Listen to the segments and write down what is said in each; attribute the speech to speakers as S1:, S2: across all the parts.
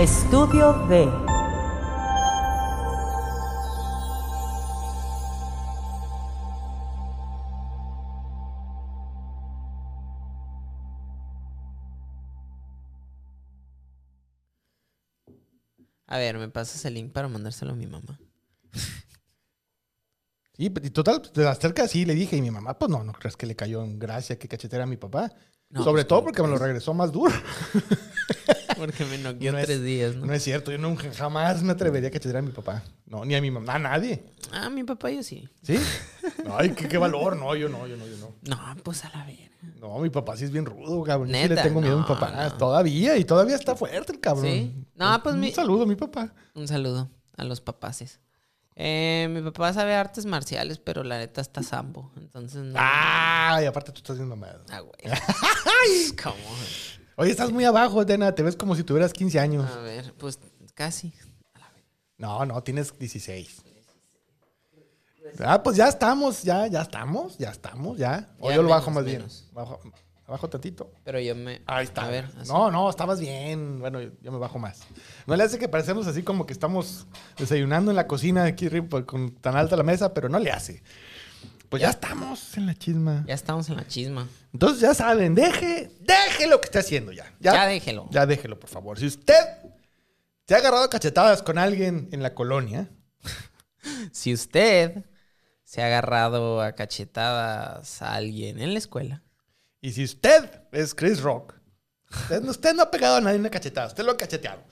S1: Estudio de
S2: A ver, me pasas el link para mandárselo a mi mamá.
S3: Y, y total, pues, te la acercas y le dije, y mi mamá, pues no, no crees que le cayó en gracia, que cachetera a mi papá.
S2: No,
S3: Sobre
S2: pues,
S3: todo
S2: ¿cómo
S3: porque me lo
S2: crees?
S3: regresó más duro.
S2: Porque me noqueó
S3: No es-
S2: tres días, ¿no?
S3: No es cierto, yo nunca, jamás me atrevería a cachetear a mi papá. No, ni a mi mamá, a nadie.
S2: Ah, mi papá yo sí.
S3: ¿Sí? Ay, qué, qué valor. No, yo no, yo no, yo no.
S2: No, pues a la verga.
S3: No, mi papá sí es bien rudo, cabrón. Yo sí le
S2: Neta,
S3: tengo miedo a mi
S2: no,
S3: papá.
S2: no.
S3: Todavía, y todavía está fuerte el cabrón.
S2: Sí. No, pues
S3: Un
S2: mi-
S3: saludo a mi papá.
S2: Un saludo a los papaces. Eh, mi papá sabe artes marciales, pero la neta está sambo. Entonces no.
S3: Ah. Ay, aparte tú estás bien mamado.
S2: Ah, güey. Pues, ¿Cómo?
S3: Oye, estás muy abajo, Dena. Te ves como si tuvieras 15 años.
S2: A ver, pues casi. A la verga.
S3: No, no, tienes 16. Ah, pues ya estamos, ya, ya estamos, ya estamos, ya. O
S2: Ya
S3: yo lo bajo
S2: menos,
S3: más
S2: menos.
S3: bien. Bajo, abajo tantito.
S2: Pero yo me.
S3: Ahí está.
S2: A ver. así.
S3: no, no, estabas bien. Bueno, yo, yo me bajo más. No le hace que parecemos así como que estamos desayunando en la cocina aquí arriba, por- con tan alta la mesa, pero no le hace. Pues ya, estamos en la chisma.
S2: Ya estamos en la chisma.
S3: Entonces ya saben, deje, deje lo que esté haciendo ya. Ya,
S2: Ya déjelo.
S3: Ya déjelo, por favor. Si usted se ha agarrado a cachetadas con alguien en la colonia,
S2: Si usted se ha agarrado a cachetadas a alguien en la escuela,
S3: y si usted es Chris Rock, usted, no- usted no ha pegado a nadie una cachetada, usted lo ha cacheteado.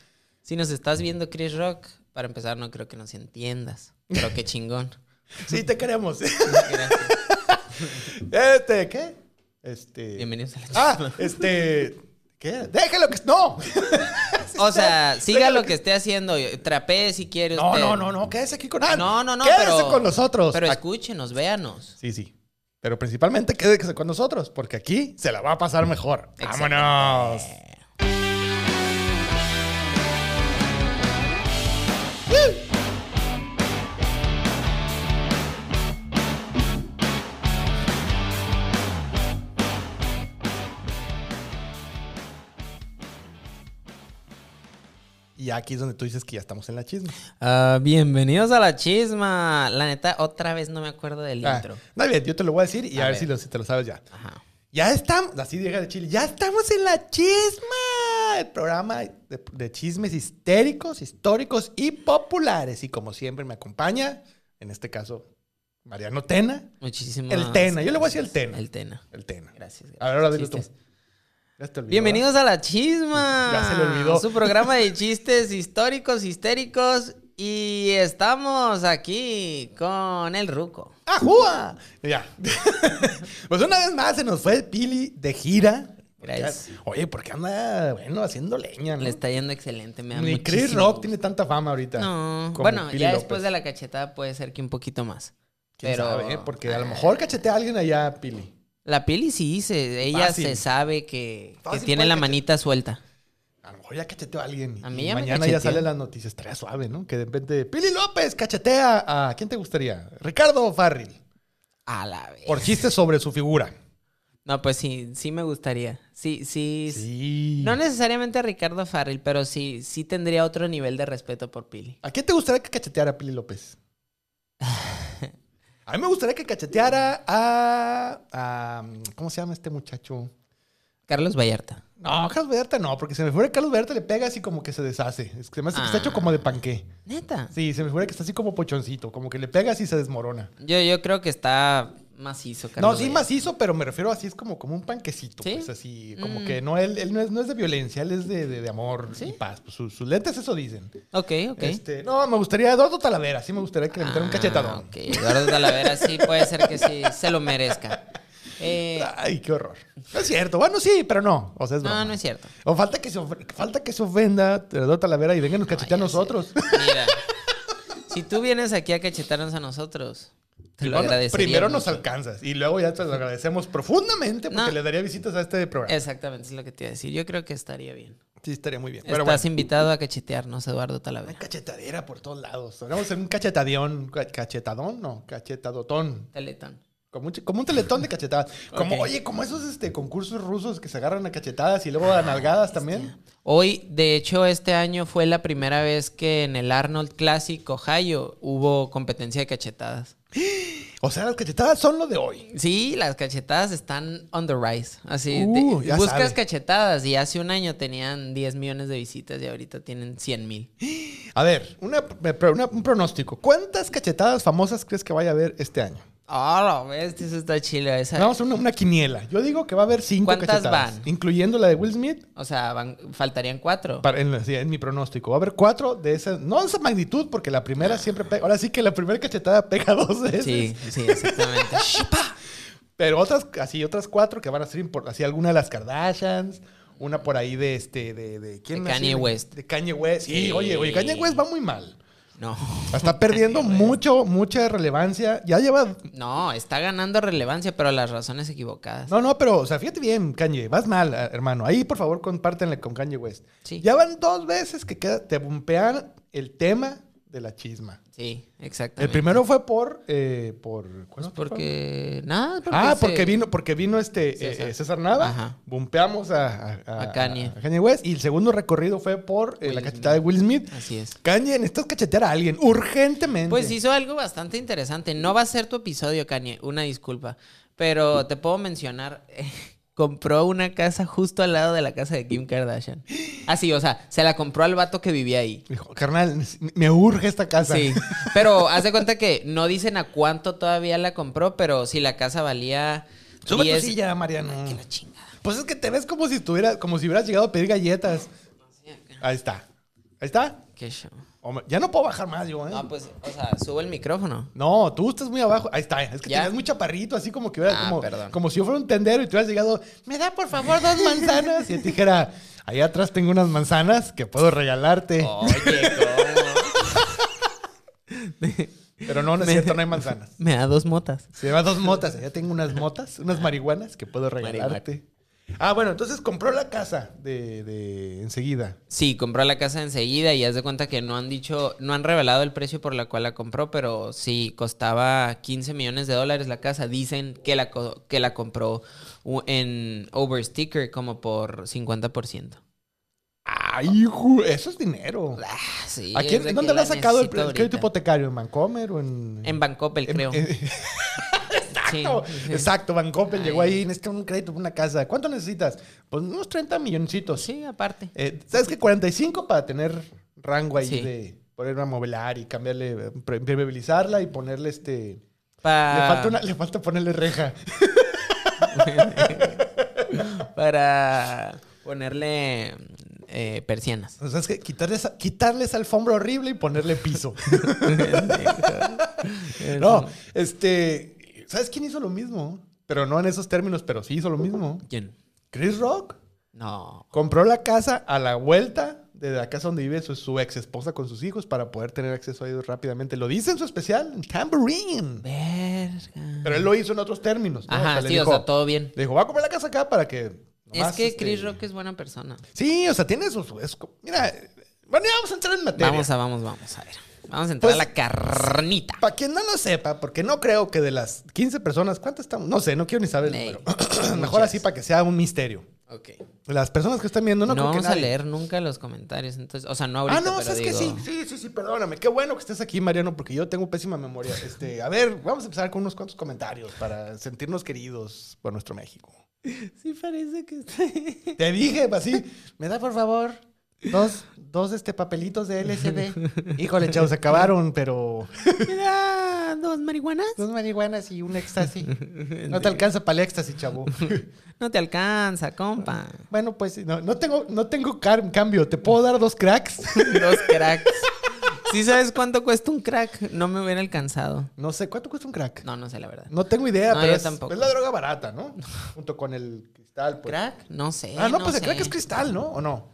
S2: si nos estás viendo, Chris Rock, para empezar, no creo que nos entiendas. Pero qué chingón.
S3: Sí, te queremos.
S2: Gracias.
S3: Este, ¿qué? Este.
S2: Bienvenidos a la chisma.
S3: Ah, este. ¿Qué? Déjelo que. ¡No!
S2: O sea, siga
S3: déjalo
S2: lo que esté haciendo. Trapee si quiere
S3: No,
S2: usted.
S3: no, no, no. Quédese aquí con ah,
S2: No, no, no,
S3: Quédese
S2: pero-
S3: con nosotros. Ah.
S2: Pero
S3: Aquí-
S2: escúchenos, véanos.
S3: Sí, sí. Pero principalmente quédese con nosotros, porque aquí se la va a pasar mejor.
S2: Exacto.
S3: ¡Vámonos! Y aquí es donde tú dices que ya estamos en la chisma.
S2: Ah, bienvenidos a la chisma. La neta, otra vez no me acuerdo del
S3: Ah,
S2: intro.
S3: Está bien, yo te lo voy a decir y a,
S2: A
S3: ver,
S2: ver.
S3: si, lo- si te lo sabes ya.
S2: Ajá.
S3: Ya estamos, así llega de Chile, ya estamos en la chisma, el programa de, de chismes histéricos, históricos y populares. Y como siempre me acompaña, en este caso, Mariano Tena,
S2: Muchísimas
S3: El Tena, yo le voy a decir el Tena.
S2: El Tena.
S3: el Tena.
S2: Gracias. gracias.
S3: A ver, ahora dilo tú.
S2: Chistes.
S3: Ya se te olvidó,
S2: Bienvenidos a la chisma.
S3: Ya se le olvidó.
S2: Su programa de chistes históricos, histéricos. Y estamos aquí con el Ruco.
S3: ¿verdad? ¡Ajúa! Ya. pues una vez más se nos fue Pili de gira.
S2: Gracias.
S3: Oye, porque anda, bueno, haciendo leña, ¿no?
S2: Le está yendo excelente. Me da
S3: Ni Chris
S2: muchísimo
S3: Rock
S2: gusto.
S3: tiene tanta fama ahorita.
S2: No.
S3: como
S2: Bueno,
S3: Pili
S2: ya
S3: López.
S2: después de la cachetada puede ser que un poquito más.
S3: ¿Quién
S2: pero-
S3: sabe, eh? Porque a lo mejor cachetea a alguien allá, Pili.
S2: La Pili sí se, ella
S3: Fácil.
S2: se sabe que, que
S3: Fácil
S2: tiene
S3: puede
S2: la
S3: cachete-
S2: manita suelta.
S3: A lo mejor ya cacheteó a alguien.
S2: A mí
S3: y
S2: ya me
S3: mañana ya
S2: cacheteó.
S3: sale las noticias. Estaría suave, ¿no? Que de repente, Pili López cachetea a... ¿Quién te gustaría? Ricardo Farril.
S2: A la vez.
S3: Por chistes sobre su figura.
S2: No, pues sí, sí me gustaría. Sí, sí.
S3: Sí.
S2: No necesariamente a Ricardo Farrell, pero sí, sí tendría otro nivel de respeto por Pili.
S3: ¿A quién te gustaría que cacheteara Pili López? A mí me gustaría que cacheteara a... a- ¿Cómo se llama este muchacho?
S2: Carlos Vallarta.
S3: No, Carlos Berta no, porque se me fuera Carlos Berta le pega así como que se deshace. Es que se me hace que
S2: Ah.
S3: está hecho como de panqué.
S2: Neta.
S3: Sí, se me fuera que está así como pochoncito, como que le pegas y se desmorona.
S2: Yo, yo creo que está macizo, Carlos.
S3: no, sí
S2: Vallarta.
S3: macizo, pero me refiero así, es como, como un panquecito.
S2: ¿Sí?
S3: Pues así, como
S2: Mm.
S3: que no, él, él no, es, no es de violencia, él es de, de- de amor y paz. Pues sus, sus lentes eso dicen.
S2: Ok, ok.
S3: Este, no, me gustaría Eduardo Talavera, sí me gustaría que le metiera un
S2: Ah,
S3: cachetadón.
S2: ok, Eduardo Talavera sí puede ser que sí se lo merezca. Eh,
S3: Ay, qué horror. No es cierto, bueno, sí, pero no. O sea, Ah, es broma.
S2: no, no es cierto.
S3: O falta que se, ofre- falta que se ofenda Eduardo Talavera y vengan a cachetear a
S2: ya sé.
S3: nosotros.
S2: Mira, si tú vienes aquí a cachetarnos a nosotros, te lo
S3: Bueno,
S2: agradecería.
S3: Primero nos
S2: mucho.
S3: alcanzas y luego ya te lo agradecemos profundamente porque
S2: No. Eh,
S3: le daría visitas a este programa.
S2: Exactamente, es lo que te iba a decir. Yo creo que estaría bien.
S3: Sí, estaría muy bien.
S2: Estás
S3: Pero bueno.
S2: invitado a cachetearnos, Eduardo
S3: Una
S2: Talavera.
S3: cachetadera por todos lados. Vamos a hacer un cachetadión. ca- ¿Cachetadón? No, cachetadotón.
S2: Teletón.
S3: Como un, ch- como un teletón de cachetadas. Como,
S2: Ok.
S3: oye, como esos este, concursos rusos que se agarran a cachetadas y luego a nalgadas también.
S2: Hoy, de hecho, este año fue la primera vez que en el Arnold Classic Ohio hubo competencia de cachetadas.
S3: O sea, las cachetadas son lo de hoy.
S2: Sí, las cachetadas están on the rise. Así,
S3: Uh,
S2: de-
S3: ya
S2: buscas
S3: sabe.
S2: cachetadas y hace un año tenían 10 millones de visitas y ahorita tienen 100 mil.
S3: A ver, una- pero una- un pronóstico. ¿Cuántas cachetadas famosas crees que vaya a haber este año?
S2: Ah, la bestia, eso está chile. Esa,
S3: Vamos a una, una quiniela. Yo digo que va a haber cinco
S2: ¿Cuántas
S3: cachetadas.
S2: van?
S3: Incluyendo la de Will Smith.
S2: O sea, van- faltarían cuatro.
S3: para- en, la- sí, en mi pronóstico. Va a haber cuatro de esas. No de esa magnitud, porque la primera siempre pega. Ahora sí que la primera cachetada pega dos veces.
S2: Ah. Sí, sí, exactamente.
S3: Pero otras, así, otras cuatro que van a ser impor- así alguna de las Kardashians, una por ahí de este, de, de ¿quién
S2: De
S3: más?
S2: Kanye
S3: Sí, de-
S2: West.
S3: De Kanye West. Sí,
S2: Sí.
S3: oye, oye, Kanye West va muy mal.
S2: no.
S3: Está perdiendo
S2: Kanye West.
S3: mucho, mucha relevancia. Ya lleva.
S2: No, está ganando relevancia, pero las razones equivocadas.
S3: No, no, pero, o sea, fíjate bien, Kanye, vas mal, eh, hermano. Ahí, por favor, compártenle con Kanye West.
S2: Sí.
S3: Ya van dos veces que queda- te bumpean el tema de la chisma.
S2: Sí,
S3: El
S2: exactamente.
S3: primero fue por, eh, por, ¿cuál
S2: Pues
S3: fue?
S2: porque. Nada, porque.
S3: ah,
S2: se-
S3: porque vino, porque vino este eh, eh,
S2: César.
S3: César, Nava,
S2: Ajá.
S3: bumpeamos a, a,
S2: A Kanye.
S3: a Kanye West y el segundo recorrido fue por eh,
S2: Will
S3: la cachetada de Will Smith.
S2: Así es.
S3: Kanye, necesitas cachetear a alguien urgentemente.
S2: Pues hizo algo bastante interesante. No va a ser tu episodio, Kanye. Una disculpa.
S3: Mm.
S2: Pero te puedo mencionar. compró una casa justo al lado de la casa de Kim Kardashian. Así, o sea, se la compró al vato que vivía ahí.
S3: Dijo, carnal, me urge esta casa.
S2: Sí, pero haz de cuenta que no dicen a cuánto todavía la compró, pero si la casa valía
S3: Sube tu
S2: 10
S3: silla, Mariano.
S2: Que la chingada.
S3: Pues es que te ves como si estuviera, como si hubieras llegado a pedir galletas. Ahí está. Ahí está.
S2: Qué show.
S3: Hombre, ya no puedo bajar más yo, ¿eh?
S2: No, pues, o sea, subo el micrófono.
S3: No, tú estás muy abajo. Ahí está. Es que
S2: ¿Ya?
S3: tenías muy chaparrito, así como que hubiera,
S2: Ah,
S3: como,
S2: perdón.
S3: como si yo fuera un tendero y tú hubieras llegado, me da por favor dos manzanas. y te dijera, ahí atrás tengo unas manzanas que puedo regalarte.
S2: Oh. Oye, ¿cómo?
S3: Pero no, no es
S2: Me-
S3: cierto, no hay manzanas.
S2: Me da dos motas.
S3: Se lleva dos motas. Allá tengo unas motas, unas marihuanas que puedo regalarte. Ah, bueno, entonces compró la casa de, de enseguida.
S2: Sí, compró la casa enseguida y haz de cuenta que no han dicho, no han revelado el precio por la cual la compró, pero sí costaba 15 millones de dólares la casa. Dicen que la, co- que la compró u- en oversticker como por 50%.
S3: Ay, hijo, eso es dinero.
S2: Ah, sí,
S3: ¿A quién,
S2: es de
S3: ¿Dónde
S2: que
S3: le has
S2: la
S3: sacado el,
S2: necesito
S3: el
S2: ahorita.
S3: crédito hipotecario? ¿En Bancomer o en...?
S2: En Bancopel, creo. Sí,
S3: No,
S2: sí.
S3: Exacto, Van Coppel llegó
S2: Ay.
S3: ahí, necesita un crédito para una casa. ¿Cuánto necesitas? Pues unos 30 milloncitos.
S2: Sí, aparte.
S3: Eh, ¿Sabes qué? 45 para tener rango ahí
S2: Sí.
S3: de ponerla a modelar y cambiarle, eh, pre- impermeabilizarla y ponerle este... Le,
S2: Pa-
S3: falta una- le falta ponerle reja.
S2: Para ponerle eh, persianas.
S3: O sea, es que quitarle esa, quitarle esa alfombra horrible y ponerle piso. no, este... ¿Sabes quién hizo lo mismo? Pero no en esos términos, pero sí hizo lo mismo.
S2: ¿Quién?
S3: Chris Rock.
S2: No.
S3: Compró la casa a la vuelta de la casa donde vive su, ex esposa con sus hijos para poder tener acceso a ellos rápidamente. Lo dice en su especial, en Tambourine.
S2: Verga.
S3: Pero él lo hizo en otros términos. ¿no?
S2: Ajá,
S3: le
S2: sí,
S3: dijo,
S2: o sea, todo bien.
S3: Le dijo, va a comprar la casa acá para que.
S2: Es
S3: nomás,
S2: que
S3: este,
S2: Chris Rock es buena persona.
S3: Sí, o sea, tiene sus. es co- mira, bueno, ya vamos a entrar en materia.
S2: Vamos a, vamos, vamos, a ver. Vamos a entrar a
S3: Pues-
S2: la carnita.
S3: Para quien no lo sepa, porque no creo que de las 15 personas, ¿cuántas estamos? No sé, no quiero ni saber el
S2: Ey,
S3: número. Mejor
S2: muchas.
S3: así para que sea un misterio.
S2: Ok.
S3: Las personas que están viendo,
S2: No,
S3: no, creo que
S2: vamos a
S3: nadie-
S2: leer nunca los comentarios, entonces, o sea, no ahorita,
S3: ah, no,
S2: pero
S3: sabes que
S2: digo-
S3: sí, sí, sí, sí, perdóname. Qué bueno que estés aquí, Mariano, porque yo tengo pésima memoria. Este, a ver, vamos a empezar con unos cuantos comentarios para sentirnos queridos por nuestro México.
S2: Sí parece que está...
S3: Te dije, así, me da por favor dos, dos este, papelitos de LSD. Híjole, chavos, se acabaron, pero
S2: Mira, dos marihuanas.
S3: dos marihuanas y un éxtasis. No te alcanza para el éxtasis, chavo.
S2: No te alcanza, compa.
S3: Bueno, pues no, no tengo, no tengo car- cambio. ¿Te puedo dar dos cracks?
S2: Dos cracks. Si sabes cuánto cuesta un crack, no me hubiera alcanzado.
S3: No sé, ¿cuánto cuesta un crack?
S2: No, no sé la verdad.
S3: No tengo idea,
S2: No,
S3: pero
S2: yo
S3: es,
S2: tampoco.
S3: es la droga barata, ¿no? Junto con el cristal, pues.
S2: ¿Crack? eh, No sé.
S3: Ah, no, pues el
S2: sé.
S3: crack es cristal, ¿no? ¿O no?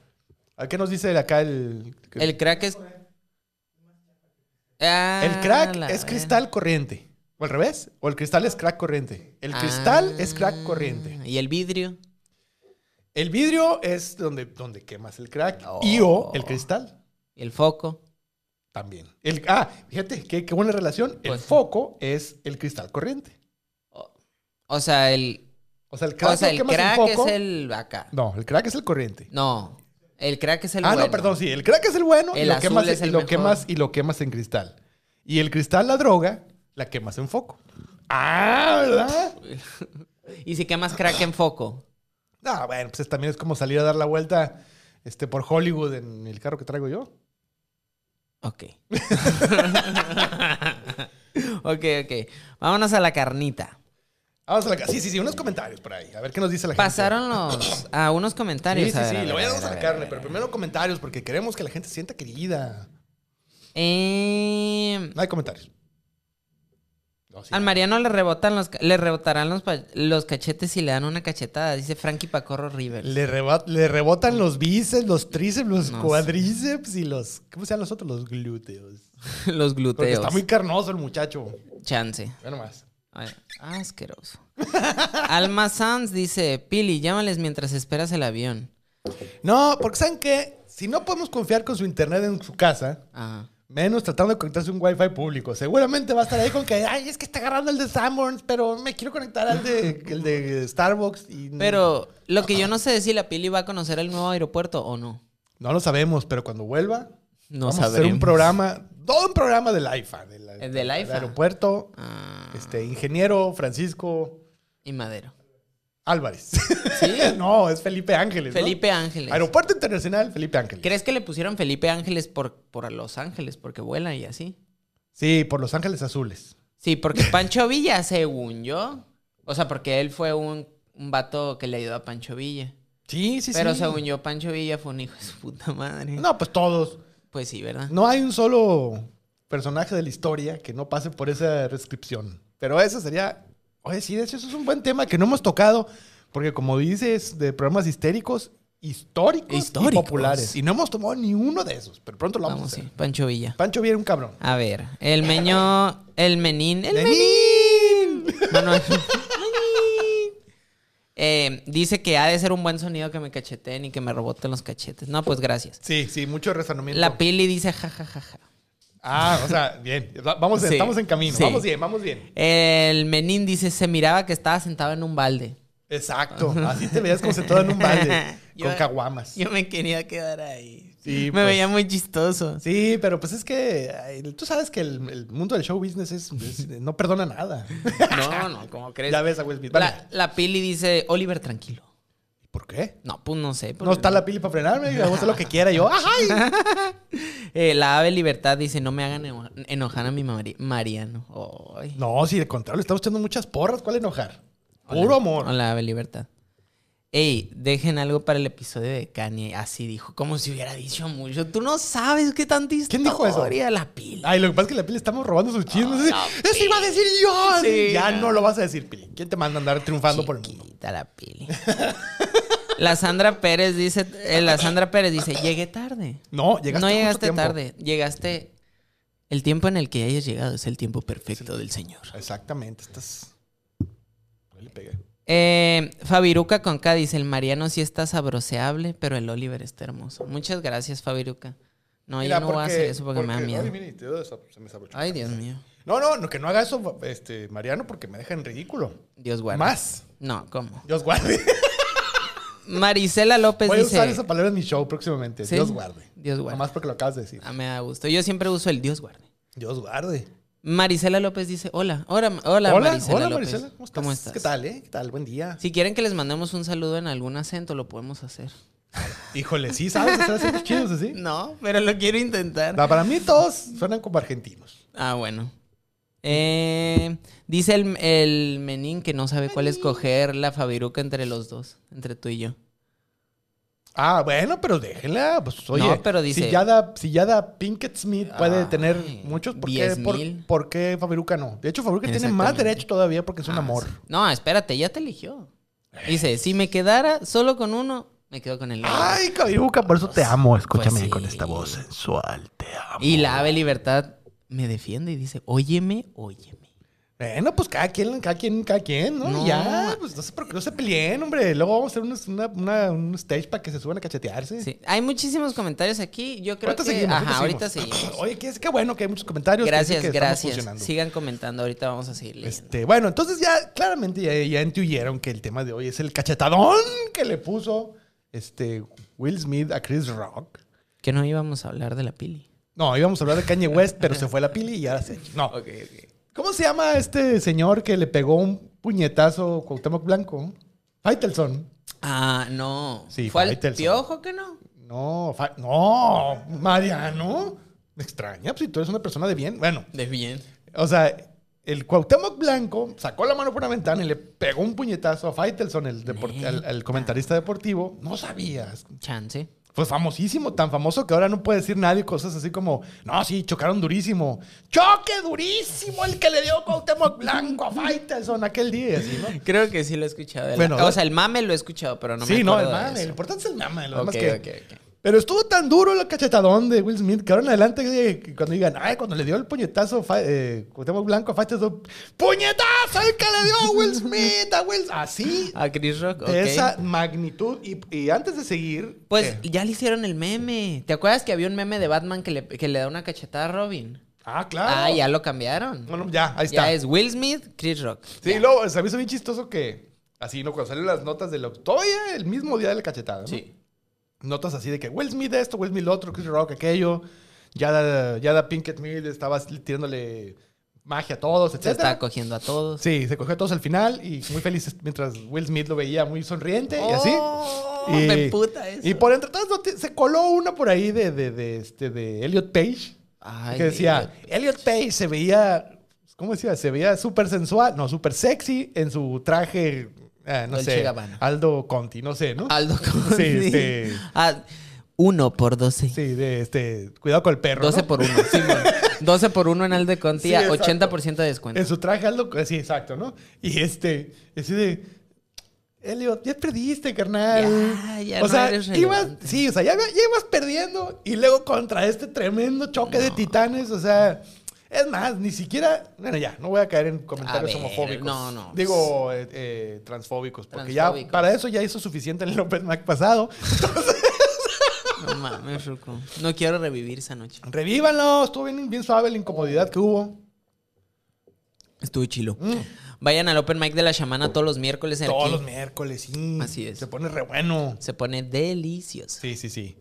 S3: ¿A qué nos dice el- acá el...
S2: El crack es. Ah,
S3: El crack
S2: la
S3: es
S2: ver-
S3: cristal corriente. ¿O al revés? ¿O el cristal es crack corriente? El
S2: Ah,
S3: cristal es crack corriente.
S2: ¿Y el vidrio?
S3: El vidrio es donde, donde quemas el crack.
S2: No.
S3: Y o el cristal
S2: ¿Y el foco?
S3: también. El, ah, fíjate, qué, qué buena relación. El
S2: Pues sí.
S3: foco es el cristal corriente.
S2: Oh, O sea, el,
S3: O sea, el crack,
S2: o sea,
S3: lo
S2: el
S3: quemas en
S2: crack
S3: foco.
S2: es el acá.
S3: No, el crack es el corriente.
S2: No, el crack es el
S3: ah,
S2: bueno.
S3: no, perdón, sí. El crack es el bueno y
S2: El
S3: lo,
S2: azul
S3: quemas,
S2: es
S3: y
S2: el
S3: lo
S2: mejor.
S3: quemas y lo quemas en cristal. Y el cristal, la droga, la quemas en foco. Ah, ¿verdad?
S2: Y si quemas crack en foco.
S3: Ah, bueno, pues también es como salir a dar la vuelta este, por Hollywood en el carro que traigo yo.
S2: Ok. ok, ok. Vámonos a la carnita.
S3: Vamos a la ca- Sí, sí, sí, unos comentarios por ahí. A ver qué nos dice la
S2: Pasaron los a unos comentarios.
S3: gente. Sí,
S2: a
S3: sí,
S2: ver,
S3: sí,
S2: a
S3: lo
S2: ver,
S3: voy a
S2: a
S3: dar a
S2: ver,
S3: la
S2: a
S3: carne,
S2: ver.
S3: pero primero comentarios porque queremos que la gente se sienta querida.
S2: Eh,
S3: No hay comentarios. No, sí.
S2: al Mariano le rebotan los ca- le rebotarán los, pa- los cachetes y le dan una cachetada, dice Frankie Pacorro River.
S3: Le, reba- le rebotan los bíceps, los tríceps, los
S2: No sé.
S3: cuadríceps y los. ¿Cómo se llaman los otros? Los glúteos.
S2: los
S3: Porque
S2: gluteos.
S3: está muy carnoso el muchacho.
S2: Chance.
S3: Bueno, más.
S2: Ay, asqueroso. Alma Sanz dice, Pili, llámales mientras esperas el avión.
S3: No, porque ¿saben qué? Si no podemos confiar con su internet en su casa,
S2: Ajá.
S3: menos tratando de conectarse a un wifi público. Seguramente va a estar ahí con que, ay, es que está agarrando el de Sanborns, pero me quiero conectar al de, el de Starbucks. Y
S2: Pero lo que yo no sé es si la Pili va a conocer el nuevo aeropuerto o no.
S3: No lo sabemos, pero cuando vuelva,
S2: No
S3: vamos a hacer
S2: sabremos.
S3: un programa, todo un programa del AIFA. Del,
S2: ¿El del AIFA?
S3: aeropuerto,
S2: Ah,
S3: este, ingeniero Francisco
S2: y Madero.
S3: Álvarez.
S2: ¿Sí?
S3: no, es Felipe Ángeles. ¿no?
S2: Felipe Ángeles.
S3: Aeropuerto Internacional Felipe Ángeles.
S2: ¿Crees que le pusieron Felipe Ángeles por, por Los Ángeles? Porque vuela y así.
S3: Sí, por Los Ángeles Azules.
S2: Sí, porque Pancho Villa, según yo. O sea, porque él fue un, un vato que le ayudó a Pancho Villa.
S3: Sí, sí,
S2: Pero
S3: sí.
S2: según yo, Pancho Villa fue un hijo de su puta madre.
S3: No, pues todos.
S2: Pues sí, ¿verdad?
S3: No hay un solo personaje de la historia que no pase por esa descripción. Pero eso sería. Oye, sí, de hecho, eso es un buen tema que no hemos tocado. Porque, como dices, de programas histéricos, históricos, y
S2: Históricos.
S3: populares. Y no hemos tomado ni uno de esos. Pero pronto lo vamos,
S2: Vamos,
S3: a hacer.
S2: sí, Pancho Villa.
S3: Pancho Villa era un cabrón.
S2: A ver, el meño, el menín, el menín.
S3: ¡Lenín!
S2: Manuel- Eh, dice que ha de ser un buen sonido que me cacheteen y que me reboten los cachetes. No, pues gracias.
S3: Sí, sí, mucho razonamiento.
S2: La Pili dice jajajaja.
S3: Ah, o sea, bien. Va- Vamos,
S2: Sí,
S3: estamos en camino.
S2: sí.
S3: Vamos bien, vamos bien.
S2: El menín dice, se miraba que estaba sentado en un balde.
S3: Exacto. Así te veías como sentado en un balde
S2: Yo-
S3: con caguamas.
S2: Yo me quería quedar ahí.
S3: Sí,
S2: me
S3: pues.
S2: veía muy chistoso.
S3: Sí, pero pues es que ay, tú sabes que el, el mundo del show business es, es- no perdona nada.
S2: No, no, ¿cómo crees?
S3: ya ves a Will Smith. Vale.
S2: la, la Pili dice, Oliver, tranquilo.
S3: ¿Por qué?
S2: No, pues no sé.
S3: No está la pili para frenarme, yo voy a hacer lo que quiera yo. ¡Ay!
S2: Eh, la ave libertad dice, no me hagan eno- enojar a mi mari- Mariano. Ay.
S3: No, si al contrario, le estamos echando muchas porras, ¿cuál enojar? Puro amor.
S2: Hola, ave libertad. Ey, dejen algo para el episodio de Kanye. Así dijo, como si hubiera dicho mucho. Tú no sabes qué tanta historia.
S3: ¿Quién dijo eso?
S2: La Pili.
S3: Ay, lo que pasa es que la pili estamos robando sus chismes. Así,
S2: Ah, no,
S3: ¡Eso iba a decir yo!
S2: Sí,
S3: ya no.
S2: no.
S3: lo vas a decir, pili. ¿Quién te manda a andar triunfando por el mundo?
S2: Chiquita la Pili. La Sandra Pérez dice, eh, la Sandra Pérez dice, llegué tarde.
S3: No, llegaste
S2: no
S3: justo a
S2: llegaste
S3: tiempo.
S2: tarde, llegaste. El tiempo en el que hayas llegado es el tiempo perfecto del Señor.
S3: Exactamente, estás. Ahí le pegué.
S2: Eh, Fabiruca con K dice, el Mariano sí está sabroseable, pero el Oliver está hermoso. Muchas gracias, Fabiruca. No,
S3: Mira,
S2: yo no voy a hacer eso porque, me da miedo.
S3: Ay, mira, y te doy esa- se me desabrochó.
S2: Ay, Dios mío.
S3: No, no, no, que no haga eso, este, Mariano, porque me deja en ridículo.
S2: Dios guarde.
S3: Más.
S2: No, ¿cómo?
S3: Dios guarde.
S2: Marisela López
S3: Voy a
S2: Pues dice...
S3: usar esa palabra en mi show próximamente.
S2: ¿Sí?
S3: Dios guarde.
S2: Dios guarde.
S3: Nomás porque lo acabas de decir.
S2: Ah, me da gusto. Yo siempre uso el Dios guarde.
S3: Dios guarde.
S2: Marisela López dice, hola, hola, hola, Marisela
S3: hola,
S2: López.
S3: Marisela. ¿Cómo estás? ¿Qué tal, eh? ¿Qué tal? Buen día.
S2: Si quieren que les mandemos un saludo en algún acento, lo podemos hacer.
S3: Híjole, sí, sabes, hacer acentos chidos así.
S2: No, pero lo quiero intentar.
S3: No, para mí todos suenan como argentinos.
S2: Ah, bueno. Eh, dice el, el Menín que no sabe cuál escoger la Fabiruca entre los dos, entre tú y yo.
S3: Ah, bueno, pero déjenla. Pues oye,
S2: No, pero dice-
S3: si Yada, si Yada Pinkett Smith puede
S2: Ay,
S3: tener muchos, ¿por qué,
S2: 10,000?
S3: por, por qué Fabiruca no? De hecho, Fabiruca tiene más
S2: Exactamente.
S3: derecho todavía porque es un
S2: Ah,
S3: amor. Eh.
S2: sí. No, espérate, ya te eligió. Dice, si me quedara solo con uno, me quedo con el otro.
S3: Ay, Fabiruca, por eso te amo. Escúchame
S2: Pues sí.
S3: con esta voz sensual, te amo.
S2: y la ave libertad me defiende y dice, óyeme, óyeme.
S3: Bueno, pues cada quien, cada quien, cada quien, ¿no?
S2: No.
S3: Ya, pues no se, preocu- no se peleen, hombre. Luego vamos a hacer unos- una- una- un stage para que se suban a cachetearse.
S2: Sí. Hay muchísimos comentarios aquí. Yo creo
S3: Ahorita
S2: que.
S3: seguimos,
S2: Ajá,
S3: ahorita
S2: ahorita
S3: seguimos.
S2: seguimos.
S3: Oye, qué, qué bueno que hay muchos comentarios. que dicen
S2: Gracias,
S3: que estamos
S2: gracias.
S3: funcionando.
S2: Sigan comentando. Ahorita vamos a seguir leyendo.
S3: Este, bueno, entonces ya claramente ya, ya intuyeron que el tema de hoy es el cachetadón que le puso este, Will Smith a Chris Rock.
S2: Que no íbamos a hablar de la pili.
S3: No, íbamos a hablar de Kanye West, pero se fue la pili y ahora se... No.
S2: Ok, ok.
S3: ¿Cómo se llama este señor que le pegó un puñetazo a Cuauhtémoc Blanco? Faitelson.
S2: Ah, no.
S3: Sí,
S2: ¿Fue al
S3: Faitelson.
S2: piojo que no?
S3: No, Fa- no, Mariano. Me extraña, pues si tú eres una persona de bien. Bueno,
S2: De bien.
S3: o sea, el Cuauhtémoc Blanco sacó la mano por una ventana y le pegó un puñetazo a Faitelson, el, depor-
S2: Neta.
S3: al- al comentarista deportivo. No sabías.
S2: Chance.
S3: Fue famosísimo, tan famoso que ahora no puede decir nadie cosas así como, no, sí, chocaron durísimo. ¡Choque durísimo el que le dio Cuauhtémoc Blanco a Faitelson aquel día! y así, ¿no?
S2: Creo que sí lo he escuchado. El-
S3: Bueno,
S2: o sea, el mame lo he escuchado, pero no me
S3: sí, no,
S2: acuerdo
S3: el
S2: de
S3: mame. Lo
S2: eso.
S3: importante es el mame. Lo
S2: Ok,
S3: demás que...
S2: ok, ok.
S3: Pero estuvo tan duro el cachetadón de Will Smith que ahora en adelante eh, que cuando digan, ay, cuando le dio el puñetazo, fa- eh, Cuauhtémoc Blanco a Faitelson, ¡puñetazo el que le dio Will Smith a Will! Así,
S2: A Ah, Chris Rock, ok.
S3: de esa magnitud. Y, y antes de seguir...
S2: Pues
S3: ¿qué?
S2: ya le hicieron el meme. ¿Te acuerdas que había un meme de Batman que le, que le da una cachetada a Robin?
S3: Ah, claro.
S2: Ah, ya lo cambiaron.
S3: Bueno, ya, ahí está.
S2: Ya es Will Smith, Chris Rock.
S3: Sí, luego se me hizo bien chistoso que así, ¿no? Cuando salen las notas de lo. Todavía el mismo día de la cachetada, ¿no?
S2: Sí.
S3: Notas así de que Will Smith esto, Will Smith lo otro, Chris Rock aquello. Yada, Yada Pinkett Smith estaba tirándole magia a todos,
S2: Se
S3: etcétera.
S2: está cogiendo a todos.
S3: Sí, se cogió a todos al final y muy felices mientras Will Smith lo veía muy sonriente y así.
S2: Oh,
S3: Y-
S2: me emputa eso.
S3: Y por entre todas noti- se coló una por ahí de, de, de, este, de Elliot Page.
S2: Ay,
S3: que decía, Elliot Page se veía, ¿cómo decía? Se veía súper sensual, no, súper sexy en su traje, eh, no
S2: Dolce
S3: sé,
S2: Gabbana.
S3: Aldo Conti, no sé, ¿no?
S2: Aldo Conti.
S3: Sí, este-
S2: Ah, uno por doce.
S3: Sí, de este, cuidado con el perro,
S2: 12
S3: ¿no?
S2: por uno. Simón. 12 por uno en Aldo Conti
S3: Sí,
S2: a
S3: exacto.
S2: 80% de descuento.
S3: En su traje Aldo, sí, exacto, ¿no? Y este, así de, Elliot, ya perdiste, carnal.
S2: Ya, ya
S3: o
S2: no
S3: sea,
S2: eres
S3: ibas,
S2: relevante.
S3: sí, o sea, ya, ya ibas perdiendo y luego contra este tremendo choque de titanes, o sea, es más, ni siquiera, bueno, ya, no voy a caer en comentarios
S2: A ver,
S3: homofóbicos.
S2: no, no.
S3: Digo, eh, eh, transfóbicos, porque ya,
S2: Transfóbicos.
S3: para eso ya hizo suficiente en el Open Mac pasado.
S2: No mames, Ruco. No quiero revivir esa noche.
S3: Revívanlo, estuvo bien, bien suave la incomodidad que hubo.
S2: Estuvo chilo.
S3: Mm.
S2: Vayan al open mic de la chamana todos los miércoles. aquí.
S3: Todos los miércoles, sí.
S2: Así es.
S3: Se pone re bueno.
S2: Se pone delicioso.
S3: Sí, sí, sí.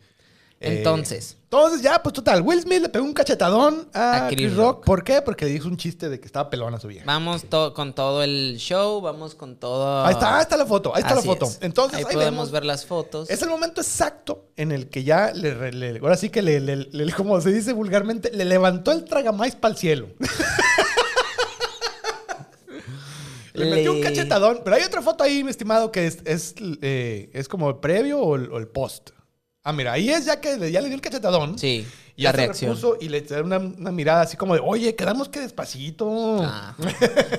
S3: Eh,
S2: Entonces,
S3: entonces ya, pues total, Will Smith le pegó un cachetadón a,
S2: A
S3: Chris,
S2: Chris
S3: Rock.
S2: Rock. Ah.
S3: ¿Por qué? Porque le dijo un chiste de que estaba pelona su vieja.
S2: vamos to- con todo el show, vamos con todo.
S3: Ahí está, ahí está la foto, ahí está
S2: Así
S3: la foto.
S2: es.
S3: Entonces
S2: ahí,
S3: ahí,
S2: podemos
S3: vemos.
S2: ver las fotos.
S3: Es el momento exacto en el que ya le, re- le- ahora sí que le, le- le- como se dice vulgarmente, le levantó el tragamais para el cielo. le metió un
S2: Le-
S3: cachetadón. Pero hay otra foto ahí, mi estimado, que es, es, eh, es como el previo o el, o el post. Ah, mira, ahí es ya que le- ya le dio el cachetadón.
S2: Sí,
S3: Y
S2: la
S3: ya se
S2: reacción.
S3: repuso y le da una, una mirada así como de, oye, quedamos que despacito.
S2: Ah.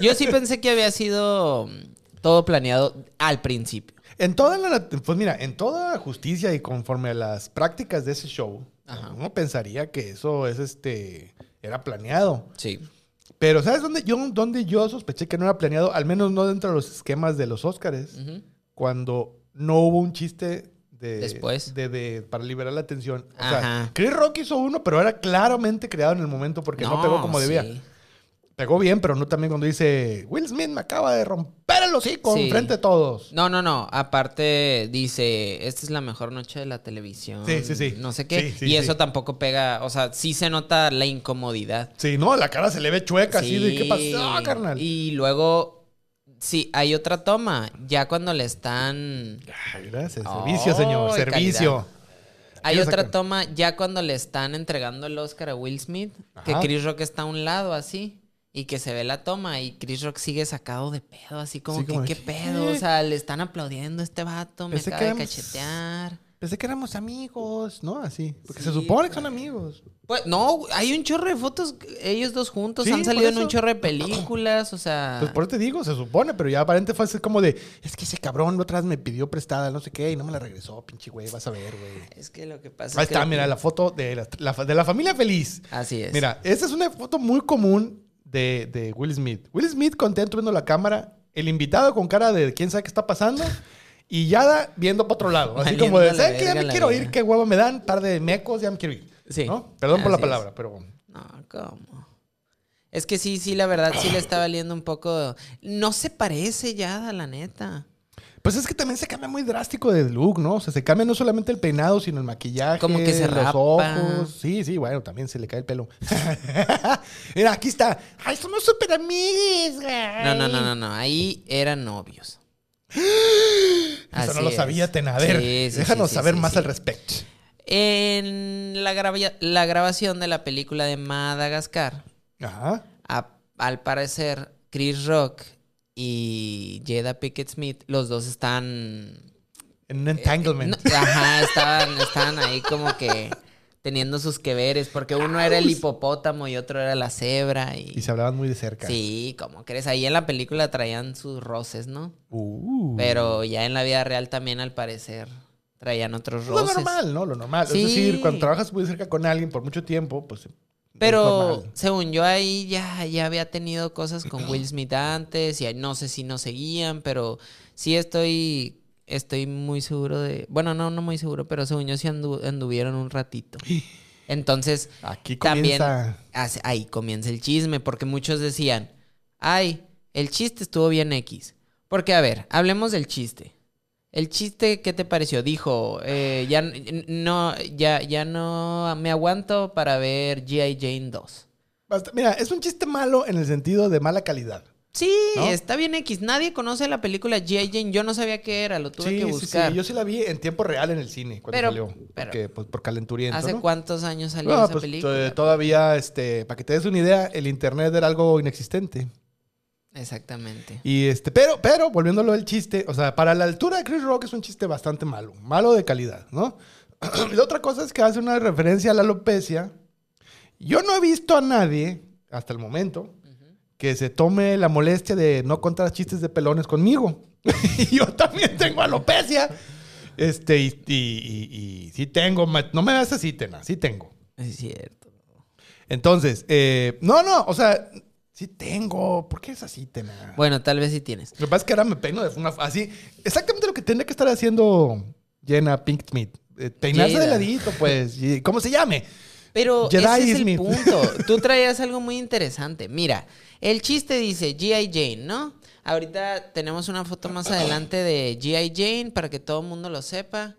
S2: Yo sí pensé que había sido mm, todo planeado al principio.
S3: En toda la, pues mira, en toda justicia y conforme a las prácticas de ese show,
S2: Ajá.
S3: uno pensaría que eso es este, era planeado.
S2: Sí.
S3: Pero ¿sabes dónde yo, dónde yo sospeché que no era planeado? Al menos no dentro de los esquemas de los Óscares,
S2: Ujú.
S3: cuando no hubo un chiste de,
S2: Después.
S3: de, de- para liberar la atención. O sea,
S2: Ajá.
S3: Chris Rock hizo uno, pero era claramente creado en el momento porque no, pegó como
S2: sí.
S3: debía. Pegó bien, pero no también cuando dice Will Smith me acaba de romper el hocico
S2: Sí.
S3: enfrente de todos.
S2: No, no, no. Aparte dice, esta es la mejor noche de la televisión.
S3: Sí, sí, sí.
S2: No sé qué.
S3: Sí, sí,
S2: y
S3: sí.
S2: eso tampoco pega. O sea, sí se nota la incomodidad.
S3: Sí, no, la cara se le ve chueca así de ¿qué
S2: Sí.
S3: pasó, carnal?
S2: Y luego, sí, hay otra toma. Ya cuando le están...
S3: Ay, gracias. Servicio,
S2: Ay,
S3: señor.
S2: calidad.
S3: Servicio.
S2: Hay
S3: Quiero
S2: otra
S3: sacar-
S2: toma ya cuando le están entregando el Oscar a Will Smith, que
S3: Ajá.
S2: Chris Rock está a un lado así y que se ve la toma y Chris Rock sigue sacado de pedo, así como
S3: Sí,
S2: que
S3: como
S2: qué
S3: que,
S2: pedo,
S3: "¿Qué?".
S2: o sea, le están aplaudiendo a este vato, me
S3: Pensé
S2: acaba
S3: que
S2: de
S3: éramos-
S2: cachetear.
S3: Pensé que éramos amigos, ¿no? Así. Porque se
S2: Sí,
S3: supone que son amigos.
S2: Pues no, hay un chorro de fotos ellos dos juntos,
S3: Sí,
S2: han
S3: por
S2: salido en
S3: eso.
S2: un chorro de películas, o sea,
S3: Pues por eso te digo, se supone, pero ya aparente fue así como de, es que ese cabrón la otra vez me pidió prestada, no sé qué, y no me la regresó, pinche güey, vas a ver, güey.
S2: es que lo que pasa
S3: Ahí
S2: es que
S3: está,
S2: lo-
S3: mira, la foto de la, la fa- de la familia feliz.
S2: Así es.
S3: Mira, esa es una foto muy común de, de Will Smith. Will Smith contento viendo la cámara, el invitado con cara de quién sabe qué está pasando y Yada viendo para otro lado. Así
S2: Valiendo
S3: como de,
S2: la
S3: ¿sabes qué? Ya
S2: verga
S3: me
S2: la
S3: quiero
S2: vida".
S3: ir, qué huevo me dan, par de mecos, ya me quiero ir.
S2: Sí,
S3: ¿no? Perdón por la
S2: así es.
S3: palabra, pero bueno.
S2: No, ¿cómo? Es que sí, sí, la verdad sí le está valiendo un poco. No se parece ya, la neta.
S3: Pues es que también se cambia muy drástico de look, ¿no? O sea, se cambia no solamente el peinado, sino el maquillaje.
S2: Como que se
S3: los
S2: rapa.
S3: ojos. Sí, sí, bueno, también se le cae el pelo. Mira, aquí está. ¡Ay, somos súper amigos!
S2: No, no, no, no, no. Ahí eran novios.
S3: Eso
S2: Así
S3: no lo
S2: es.
S3: sabía, Tenader.
S2: Sí, sí,
S3: Déjanos
S2: sí, sí,
S3: saber
S2: sí,
S3: más
S2: sí.
S3: al respecto.
S2: En la, grava- la grabación de la película de Madagascar,
S3: Ajá.
S2: a- al parecer, Chris Rock y Jada Pickett Smith, los dos están.
S3: En un entanglement.
S2: Eh, No, ajá, estaban, estaban ahí como que teniendo sus que veres, porque uno era el hipopótamo y otro era la cebra. Y,
S3: Y se hablaban muy de cerca.
S2: sí, como crees, ahí en la película traían sus roces, ¿no?
S3: Uh.
S2: Pero ya en la vida real también, al parecer, traían otros
S3: Lo
S2: roces.
S3: normal, ¿no? Lo normal.
S2: Sí.
S3: Es decir, cuando trabajas muy cerca con alguien por mucho tiempo, pues. es
S2: Pero
S3: normal.
S2: según yo ahí ya, ya había tenido cosas con Will Smith antes y ahí no sé si nos seguían, pero sí estoy estoy muy seguro de, bueno, no no muy seguro, pero según yo sí andu- anduvieron un ratito. Entonces,
S3: Aquí
S2: también
S3: comienza.
S2: hace- ahí comienza el chisme porque muchos decían, "Ay, el chiste estuvo bien X." Porque a ver, hablemos del chiste. El chiste, ¿qué te pareció? Dijo, eh, ya n- no, ya, ya no me aguanto para ver G.I. Jane 2.
S3: Basta- Mira, es un chiste malo en el sentido de mala calidad.
S2: Sí,
S3: ¿No?
S2: está bien X. Nadie conoce la película G.I. Jane. Yo no sabía qué era, lo tuve que buscar.
S3: Yo sí la vi en tiempo real en el cine cuando
S2: Pero-
S3: salió.
S2: pero-
S3: porque, pues, por calenturiento.
S2: ¿Hace
S3: ¿no?
S2: cuántos años salió
S3: Ah,
S2: esa
S3: pues,
S2: película?
S3: eh, Todavía, este, para que te des una idea, el internet era algo inexistente.
S2: Exactamente.
S3: Y este, pero, pero, volviéndolo al chiste, o sea, para la altura de Chris Rock es un chiste bastante malo, malo de calidad, ¿no? Y la otra cosa es que hace una referencia a la alopecia. Yo no he visto a nadie, hasta el momento, que se tome la molestia de no contar chistes de pelones conmigo. Y yo también tengo alopecia. Este, y, y, y- y sí tengo, ma- no me das así, Tena, sí tengo.
S2: Es cierto.
S3: Entonces, eh, no, no, o sea, sí tengo, ¿por qué es así, Tena?
S2: Bueno, tal vez sí tienes.
S3: Lo que pasa es que ahora me peino de una así. Exactamente lo que tendría que estar haciendo Jenna Pink Smith. Eh, peinarse de
S2: Jada.
S3: ladito, pues. y- ¿Cómo se llame?
S2: Pero
S3: Jedi
S2: ese es el
S3: Smith.
S2: punto. Tú traías algo muy interesante. Mira, el chiste dice G.I. Jane, ¿no? Ahorita tenemos una foto más adelante de G.I. Jane para que todo el mundo lo sepa.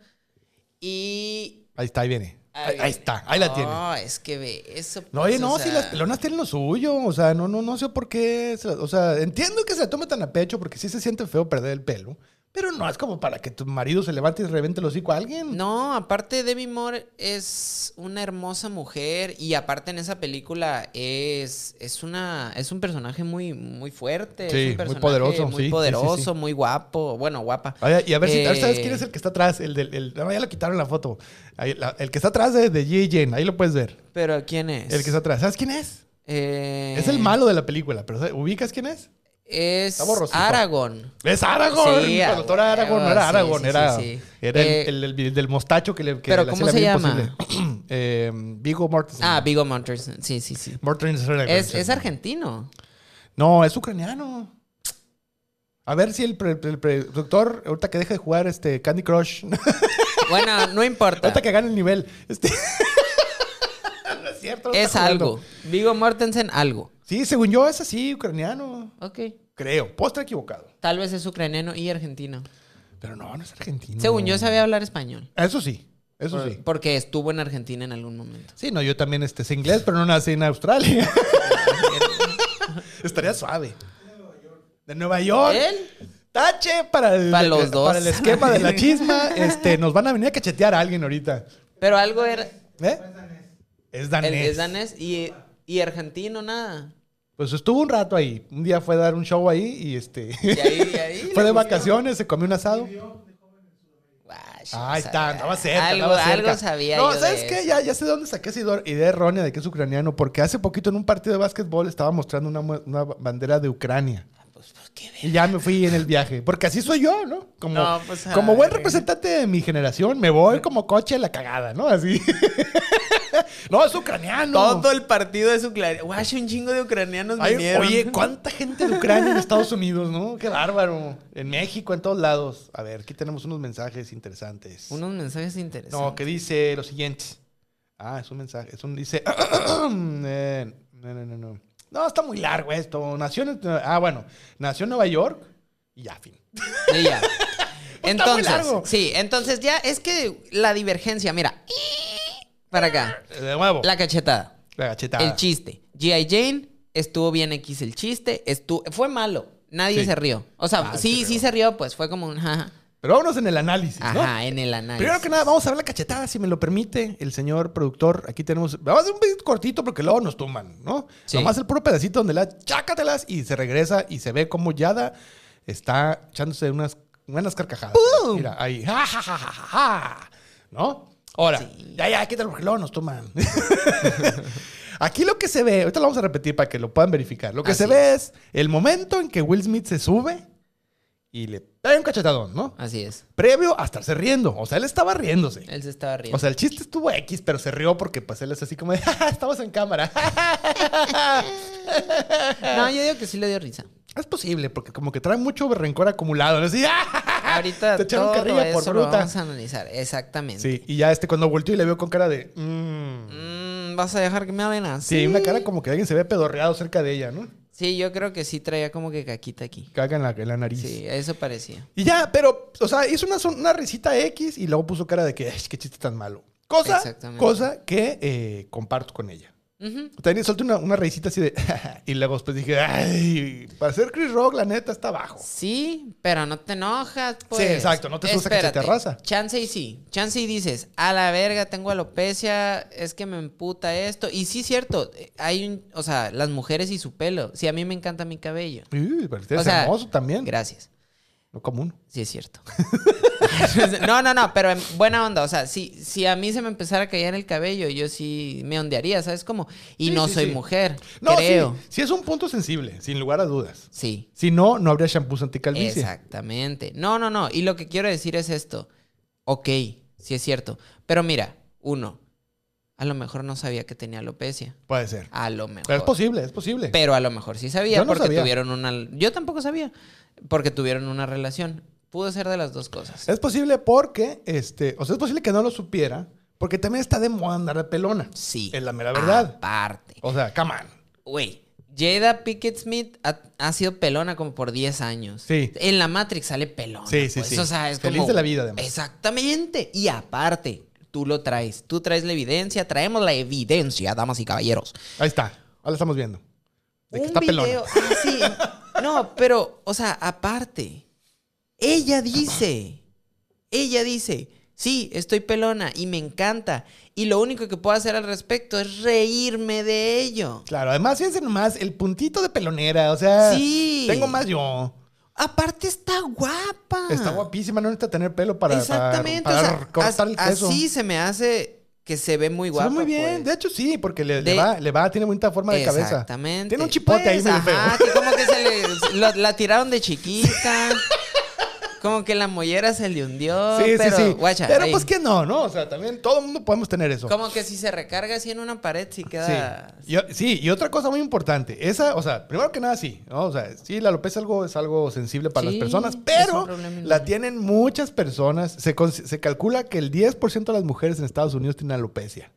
S2: Y.
S3: Ahí está, ahí viene. Ahí, ahí
S2: viene.
S3: está, ahí la
S2: No,
S3: tiene.
S2: es que ve eso.
S3: No,
S2: Ah, pues,
S3: oye, no,
S2: o
S3: si
S2: sea,
S3: las pelonas tienen lo suyo. O sea, no, no, no sé por qué. se la- O sea, entiendo que se la tome tan a pecho porque sí se siente feo perder el pelo. Pero no es como para que tu marido se levante y revente el hocico a alguien.
S2: No, aparte Demi Moore es una hermosa mujer y aparte en esa película es, es una es un personaje muy muy fuerte,
S3: Sí,
S2: es un
S3: muy
S2: personaje
S3: poderoso, sí, sí,
S2: muy
S3: sí,
S2: poderoso,
S3: sí.
S2: muy guapo, bueno, guapa.
S3: Ay, y a ver si a ver, sabes
S2: Eh,
S3: quién es el que está atrás. El del. El, no, ya lo quitaron la foto. Ahí, la- el que está atrás de, de G. Jane. Ahí lo puedes ver.
S2: Pero ¿quién es?
S3: El que está atrás. ¿Sabes quién es?
S2: Eh,
S3: Es el malo de la película, pero ¿sabes- ¿ubicas quién es?
S2: Es
S3: Está borrosito.
S2: Aragón.
S3: Es Aragón.
S2: Sí,
S3: Cuando todo era
S2: ah,
S3: Aragón, no era
S2: sí,
S3: Aragón,
S2: sí,
S3: era,
S2: sí, sí.
S3: era el-
S2: Eh,
S3: el, el- del mostacho que le que
S2: ¿pero
S3: le
S2: cómo
S3: hacía la
S2: se
S3: vida imposible. eh, Vigo Mortensen.
S2: Ah, Vigo Mortensen. Sí, sí, sí.
S3: Mortensen.
S2: Es, es argentino.
S3: No, es ucraniano. A ver si el, pre- pre- pre- productor, ahorita que deja de jugar este Candy Crush,
S2: Bueno, no importa.
S3: ahorita que gane el nivel. Este... No es cierto. no
S2: Es
S3: está jugando.
S2: algo. Vigo Mortensen, algo.
S3: Sí, según yo es así, ucraniano.
S2: Ok.
S3: Creo. Puedo estar equivocado.
S2: Tal vez es ucraniano y argentino.
S3: Pero no, no es argentino.
S2: Según yo sabía hablar español.
S3: Eso sí, eso
S2: Por-
S3: sí.
S2: Porque estuvo en Argentina en algún momento.
S3: Sí, no, yo también este, sé inglés, pero no nací en Australia. Estaría suave. De Nueva York.
S2: ¿Él?
S3: Tache ¿Eh? para el,
S2: Pa' los dos.
S3: para el esquema de la chisma. Este, nos van a venir a cachetear a alguien ahorita.
S2: Pero algo era.
S3: ¿Eh? Es danés.
S2: él es danés y, y argentino, nada.
S3: Pues estuvo un rato ahí. Un día fue a dar un show ahí y este.
S2: Y ahí, y ahí.
S3: fue de
S2: le-
S3: vacaciones, se comió un asado.
S2: Guay,
S3: Ah, ahí está,
S2: sabía.
S3: andaba cerca.
S2: Algo,
S3: andaba cerca.
S2: algo sabía
S3: No,
S2: yo
S3: ¿sabes
S2: de
S3: qué?
S2: eso.
S3: Ya, ya sé dónde saqué esa idea- idea errónea de que es ucraniano, porque hace poquito en un partido de básquetbol estaba mostrando una, mu- una bandera de Ucrania.
S2: Pues, pues, qué ver-
S3: Y ya me fui en el viaje, porque así soy yo, ¿no? Como,
S2: No, pues,
S3: como buen
S2: ay.
S3: representante de mi generación, me voy como coche a la cagada, ¿no? Así. No, es ucraniano.
S2: Todo el partido es ucraniano. Guay, un chingo de ucranianos
S3: Ay,
S2: vinieron.
S3: oye, ¿cuánta gente de Ucrania en Estados Unidos, no? Qué bárbaro. En México, en todos lados. A ver, aquí tenemos unos mensajes interesantes.
S2: Unos mensajes interesantes.
S3: No, que dice lo siguiente. Ah, es un mensaje. Es un dice. eh, no, no, no, no. No, está muy largo esto. Nació en, ah, bueno. Nació en Nueva York y ya, fin.
S2: Sí, ya.
S3: Está muy
S2: Entonces,
S3: largo.
S2: sí, entonces ya es que la divergencia, mira. Para acá.
S3: De nuevo. La,
S2: La cachetada.
S3: gachetada.
S2: El chiste. G.I. Jane, estuvo bien X el chiste. estu- fue malo. Nadie
S3: Sí.
S2: se rió. O sea,
S3: Nadie se
S2: sí,
S3: rió.
S2: sí se rió, pues fue como un jaja.
S3: Pero vámonos en el análisis, ¿no?
S2: Ajá, en el análisis.
S3: Primero que nada, vamos a ver la cachetada, si me lo permite el señor productor. Aquí tenemos. Vamos a hacer un pedacito cortito porque luego nos tumban, ¿no?
S2: Sí.
S3: Nomás el puro pedacito donde la chácatelas y se regresa y se ve como Yada está echándose unas buenas carcajadas. Mira, ahí. Ja, ja, ja, ja, ja, ja. ¿No? Ahora, ya, ya, quítalo porque luego nos tumban. Aquí lo que se ve, ahorita lo vamos a repetir para que lo puedan verificar. Lo que se
S2: Así
S3: ve es el momento en que Will Smith se sube y le pega un cachetadón, ¿no?
S2: Así es.
S3: previo a estarse riendo. O sea, él estaba riéndose.
S2: Él se estaba riendo.
S3: O sea, el chiste estuvo X, pero se rió porque pues él es así como de, "Ja, ja, estamos en cámara.
S2: no, yo digo que sí le dio risa.
S3: es posible, porque como que trae mucho rencor acumulado. ¿no? Así, "Ja, ja, ja".
S2: Ahorita
S3: Ah, Te echaron
S2: todo
S3: carrilla por
S2: eso lo
S3: bruta.
S2: vamos a analizar. Exactamente.
S3: Sí, y ya este cuando volteó y le veo con cara de... "Mm".
S2: Mm, ¿Vas a dejar que me hablen así?
S3: Sí, una cara como que alguien se ve pedorreado cerca de ella, ¿no?
S2: Sí, yo creo que sí traía como que caquita aquí.
S3: Caga en la, en la nariz.
S2: Sí, eso parecía.
S3: Y ya, pero, o sea, hizo una, son- una risita X y luego puso cara de que, "Ay, qué chiste tan malo. Cosa,
S2: Exactamente.
S3: cosa que eh, comparto con ella.
S2: Ujú.
S3: También solté una, una risita así de. y luego después dije, ay, para ser Chris Rock, la neta está bajo.
S2: Sí, pero no te enojas, pues.
S3: exacto, no te asustes que se te
S2: Espérate,
S3: arrasa.
S2: Chance y sí. Chance y dices, a la verga, tengo alopecia, es que me emputa esto. Y sí, cierto, eh, hay un. O sea, las mujeres y su pelo. Sí, a mí me encanta mi cabello.
S3: Uy, pero usted
S2: O
S3: es
S2: sea,
S3: hermoso también.
S2: Gracias.
S3: No común.
S2: Sí, es cierto. no, no, no, pero en buena onda. O sea, si, si a mí se me empezara a caer el cabello, yo sí me ondearía, ¿sabes cómo? Y
S3: Sí,
S2: no
S3: sí,
S2: soy
S3: sí.
S2: mujer,
S3: No,
S2: creo.
S3: sí, sí es un punto sensible, sin lugar a dudas.
S2: Sí.
S3: Si no, no habría shampoos anticalvicie.
S2: Exactamente. No, no, no. Y lo que quiero decir es esto. Ok, sí es cierto. Pero mira, uno, a lo mejor no sabía que tenía alopecia.
S3: Puede ser.
S2: A lo mejor.
S3: Pero es posible, es posible.
S2: Pero a lo mejor sí sabía
S3: Yo no
S2: porque
S3: sabía.
S2: tuvieron una... Yo tampoco sabía. Porque tuvieron una relación. Pudo ser de las dos cosas.
S3: es posible porque, este, o sea, es posible que no lo supiera, porque también está de moda andar de pelona.
S2: Sí. Ah,
S3: Es la mera verdad.
S2: Aparte.
S3: O sea, come on.
S2: Güey, Jada Pickett Smith ha, ha sido pelona como por 10 años.
S3: Sí.
S2: En la Matrix sale pelona.
S3: Sí, sí,
S2: pues,
S3: sí.
S2: O sea, es
S3: Feliz
S2: como-
S3: de la vida, además.
S2: Exactamente. Y aparte, tú lo traes. Tú traes la evidencia. Traemos la evidencia, damas y caballeros.
S3: Ahí está. Ahora la estamos viendo. De que está pelona.
S2: Ah, sí. No, pero, o sea, aparte, ella dice, ella dice, sí, estoy pelona y me encanta. Y lo único que puedo hacer al respecto es reírme de ello.
S3: Claro, además, fíjense nomás, el puntito de pelonera, o sea,
S2: Sí. Ah.
S3: tengo más yo.
S2: Aparte está guapa.
S3: Está guapísima, no necesita tener pelo para,
S2: Exactamente.
S3: para,
S2: o
S3: para
S2: sea,
S3: cortar el
S2: as-
S3: queso.
S2: Así se me hace que se ve muy
S3: Se ve
S2: guapa.
S3: muy bien,
S2: pues.
S3: de hecho sí, porque le, le
S2: De-
S3: va, le va, tiene bonita forma de cabeza.
S2: Exactamente.
S3: Tiene un chipote ahí
S2: Pues,
S3: medio
S2: ajá,
S3: feo.
S2: que como que se le, lo- la tiraron de chiquita. Como que la mollera se le hundió.
S3: Sí,
S2: pero,
S3: sí, sí.
S2: guacha,
S3: pero
S2: ahí.
S3: pues que no, ¿no? O sea, también todo el mundo podemos tener eso.
S2: Como que si se recarga así en una pared, sí queda.
S3: Sí. Y- sí, y otra cosa muy importante. Esa, o sea, primero que nada, sí. ¿no? O sea, sí, la alopecia es algo, es algo sensible para
S2: Sí,
S3: las personas,
S2: es un
S3: pero
S2: problema
S3: la
S2: enorme.
S3: tienen muchas personas. Se, con- se calcula que el 10% de las mujeres en Estados Unidos tienen alopecia.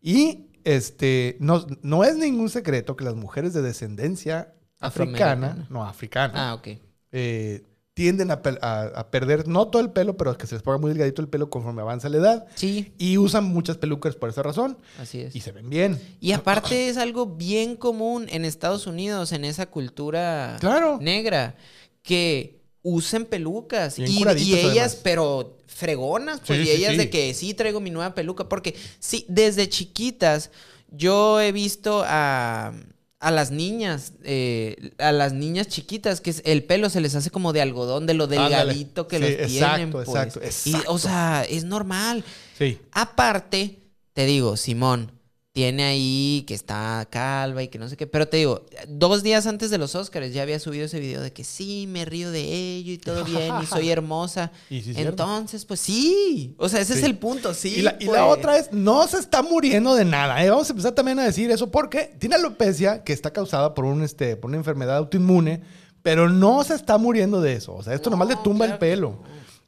S3: Y este, no, no es ningún secreto que las mujeres de descendencia africana,
S2: Afroamericana.
S3: no africana,
S2: Ah, ok.
S3: eh, tienden a, pel- a- a perder no todo el pelo, pero que se les ponga muy delgadito el pelo conforme avanza la edad.
S2: Sí,
S3: Y usan muchas pelucas por esa razón.
S2: así es.
S3: Y se ven bien.
S2: Y aparte es algo bien común en Estados Unidos, en esa cultura
S3: Claro.
S2: negra, que usen pelucas.
S3: Bien
S2: Y,
S3: curaditas,
S2: y ellas,
S3: además.
S2: pero fregonas, pues, y
S3: Sí, sí,
S2: ellas
S3: sí.
S2: de que sí traigo mi nueva peluca. Porque sí, desde chiquitas yo he visto a, a las niñas, eh, a las niñas chiquitas, que es- el pelo se les hace como de algodón, de lo
S3: Ándale.
S2: delgadito que
S3: Sí,
S2: los
S3: exacto,
S2: tienen. pues.
S3: exacto,
S2: Y,
S3: exacto.
S2: o sea, es normal.
S3: Sí.
S2: Aparte, te digo, Simón, tiene ahí que está calva y que no sé qué. Pero te digo, dos días antes de los Oscars ya había subido ese video de que sí, me río de ello y todo bien y soy hermosa.
S3: Y sí es cierto.
S2: Entonces, pues sí. O sea, ese
S3: Sí.
S2: es el punto, sí.
S3: y, la, y la
S2: pues.
S3: otra es, no se está muriendo de nada. ¿eh? Vamos a empezar también a decir eso porque tiene alopecia que está causada por, un, este, por una enfermedad autoinmune, pero no se está muriendo de eso. O sea, esto
S2: No,
S3: nomás le tumba el
S2: claro que
S3: pelo.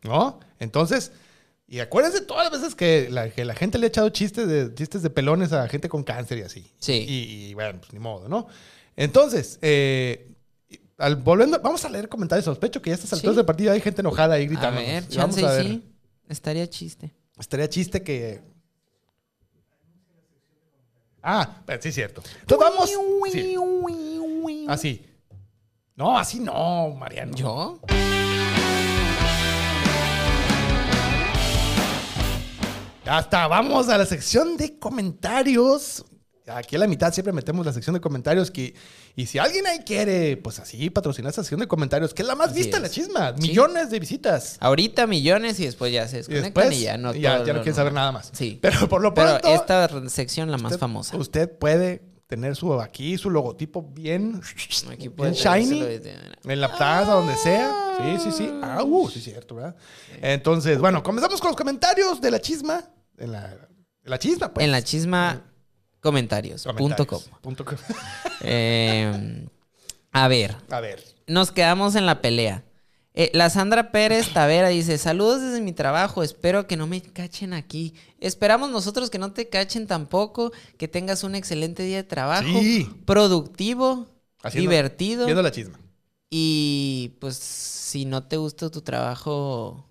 S3: ¿No? Entonces, y acuérdense todas las veces que la, que la gente le ha echado chistes de, chistes de pelones a gente con cáncer y así.
S2: Sí.
S3: Y, y, bueno, pues ni modo, ¿no? Entonces, eh, al- volviendo, vamos a leer comentarios. Sospecho que ya a estas alturas
S2: Sí.
S3: del partido hay gente enojada ahí
S2: A
S3: gritando.
S2: ver,
S3: Y vamos
S2: chance
S3: a
S2: y
S3: ver.
S2: sí. Estaría chiste.
S3: Estaría chiste que. Ah, pero sí, cierto. Entonces vamos. sí, así. No, así no, Mariano.
S2: ¿Yo?
S3: Ya está, vamos a la sección de comentarios. Aquí a la mitad siempre metemos la sección de comentarios que, y si alguien ahí quiere, pues así patrocinar esa sección de comentarios, que es la más
S2: Así
S3: vista
S2: es.
S3: la chisma,
S2: Sí.
S3: millones de visitas.
S2: Ahorita millones y después ya se
S3: Y
S2: desconectan y,
S3: después
S2: ya no
S3: ya,
S2: todo
S3: ya no
S2: lo
S3: quieren saber nada más.
S2: Sí.
S3: Pero por lo
S2: Pero
S3: pronto
S2: esta sección la más
S3: usted-
S2: famosa.
S3: Usted puede tener su aquí su logotipo bien,
S2: Aquí
S3: bien
S2: puede
S3: shiny.
S2: tenérselo desde-
S3: En la plaza, donde sea. Sí, sí, sí. Ah, uh, sí, cierto, ¿verdad? Entonces, bueno, comenzamos con los comentarios de la chisma. En la, de la chisma, pues.
S2: en la chisma
S3: Comentarios.
S2: comentarios.com.
S3: Punto com.
S2: Eh, a ver,
S3: A ver.
S2: nos quedamos en la pelea. Eh, la Sandra Pérez Tavera dice, saludos desde mi trabajo, espero que no me cachen aquí. Esperamos nosotros que no te cachen tampoco, que tengas un excelente día de trabajo,
S3: Sí.
S2: productivo,
S3: Haciendo-
S2: divertido
S3: Viendo la chisma.
S2: y pues si no te gusta tu trabajo,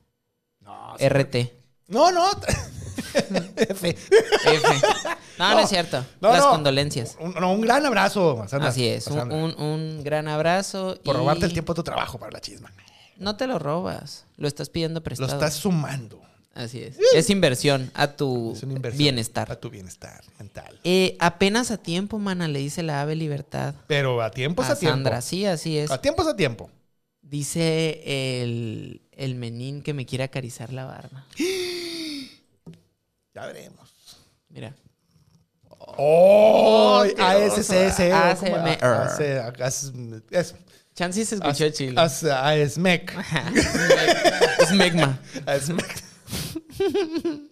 S3: No, sí.
S2: RT.
S3: no. no.
S2: F. No, no,
S3: No,
S2: es cierto.
S3: no,
S2: Las
S3: no.
S2: condolencias.
S3: Un, no, un gran abrazo, Sandra.
S2: Así es,
S3: a
S2: un,
S3: Sandra,
S2: un- un gran abrazo.
S3: Por
S2: y
S3: robarte el tiempo de tu trabajo para la chisma.
S2: No te lo robas, lo estás pidiendo
S3: Lo
S2: prestado.
S3: estás sumando.
S2: Así es. Es inversión a tu
S3: Es una inversión
S2: Uh, bienestar.
S3: A tu bienestar mental.
S2: Eh, apenas a tiempo, mana, le dice la ave libertad.
S3: Pero a tiempos Pues a,
S2: a
S3: tiempo.
S2: Sandra, sí, así es.
S3: A tiempos a tiempo.
S2: Dice el, el menín que me quiere acariciar la barba.
S3: Ya veremos.
S2: Mira.
S3: ¡Oh!
S2: qué
S3: ASCS.
S2: oso.
S3: o como-
S2: ASMR.
S3: AS- AS- es-
S2: Chance se escuchó chile.
S3: AS- ASMEC.
S2: es megma.
S3: ASMEC. E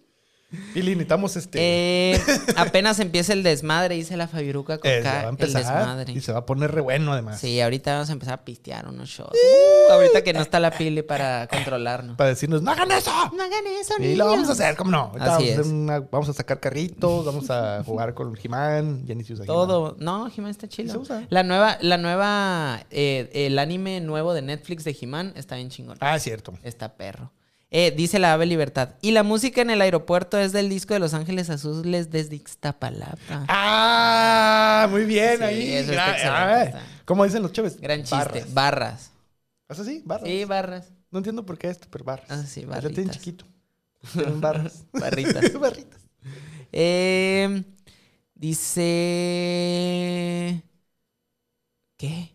S3: Pili, necesitamos este.
S2: Eh, apenas empieza el desmadre, dice la Fabiruca con
S3: eh,
S2: K,
S3: va a
S2: el
S3: empezar
S2: desmadre.
S3: y se va a poner re bueno además.
S2: Sí, ahorita vamos a empezar a pistear unos shots. Uh, ahorita que no está la pili para controlarnos.
S3: Para decirnos, ¡no hagan eso!
S2: No hagan eso,
S3: Y lo vamos a hacer, ¿cómo no? Ahorita
S2: Así
S3: vamos, a hacer
S2: es.
S3: una- vamos a sacar carritos, vamos a jugar con He-Man, Janice usa He-Man.
S2: Todo. No, He-Man está
S3: Sí, se
S2: chido.
S3: usa.
S2: La nueva, la nueva, eh, el anime nuevo de Netflix de He-Man está bien chingón.
S3: Ah, es cierto.
S2: Está perro. Eh, dice la Ave Libertad. Y la música en el aeropuerto es del disco de Los Ángeles Azules desde Ixtapalapa.
S3: ¡Ah! Muy bien
S2: Sí,
S3: ahí.
S2: eso está
S3: Gra-
S2: excelente,
S3: ah,
S2: está.
S3: ¿Cómo dicen los chéves?
S2: Gran chiste.
S3: Barras.
S2: Barras.
S3: ¿Es así? Barras.
S2: Sí, barras.
S3: No entiendo por qué esto, pero barras.
S2: Ah, sí,
S3: Allá tienen
S2: barritas.
S3: chiquito. Tienen barras.
S2: Barritas.
S3: barritas.
S2: Eh, dice. ¿Qué?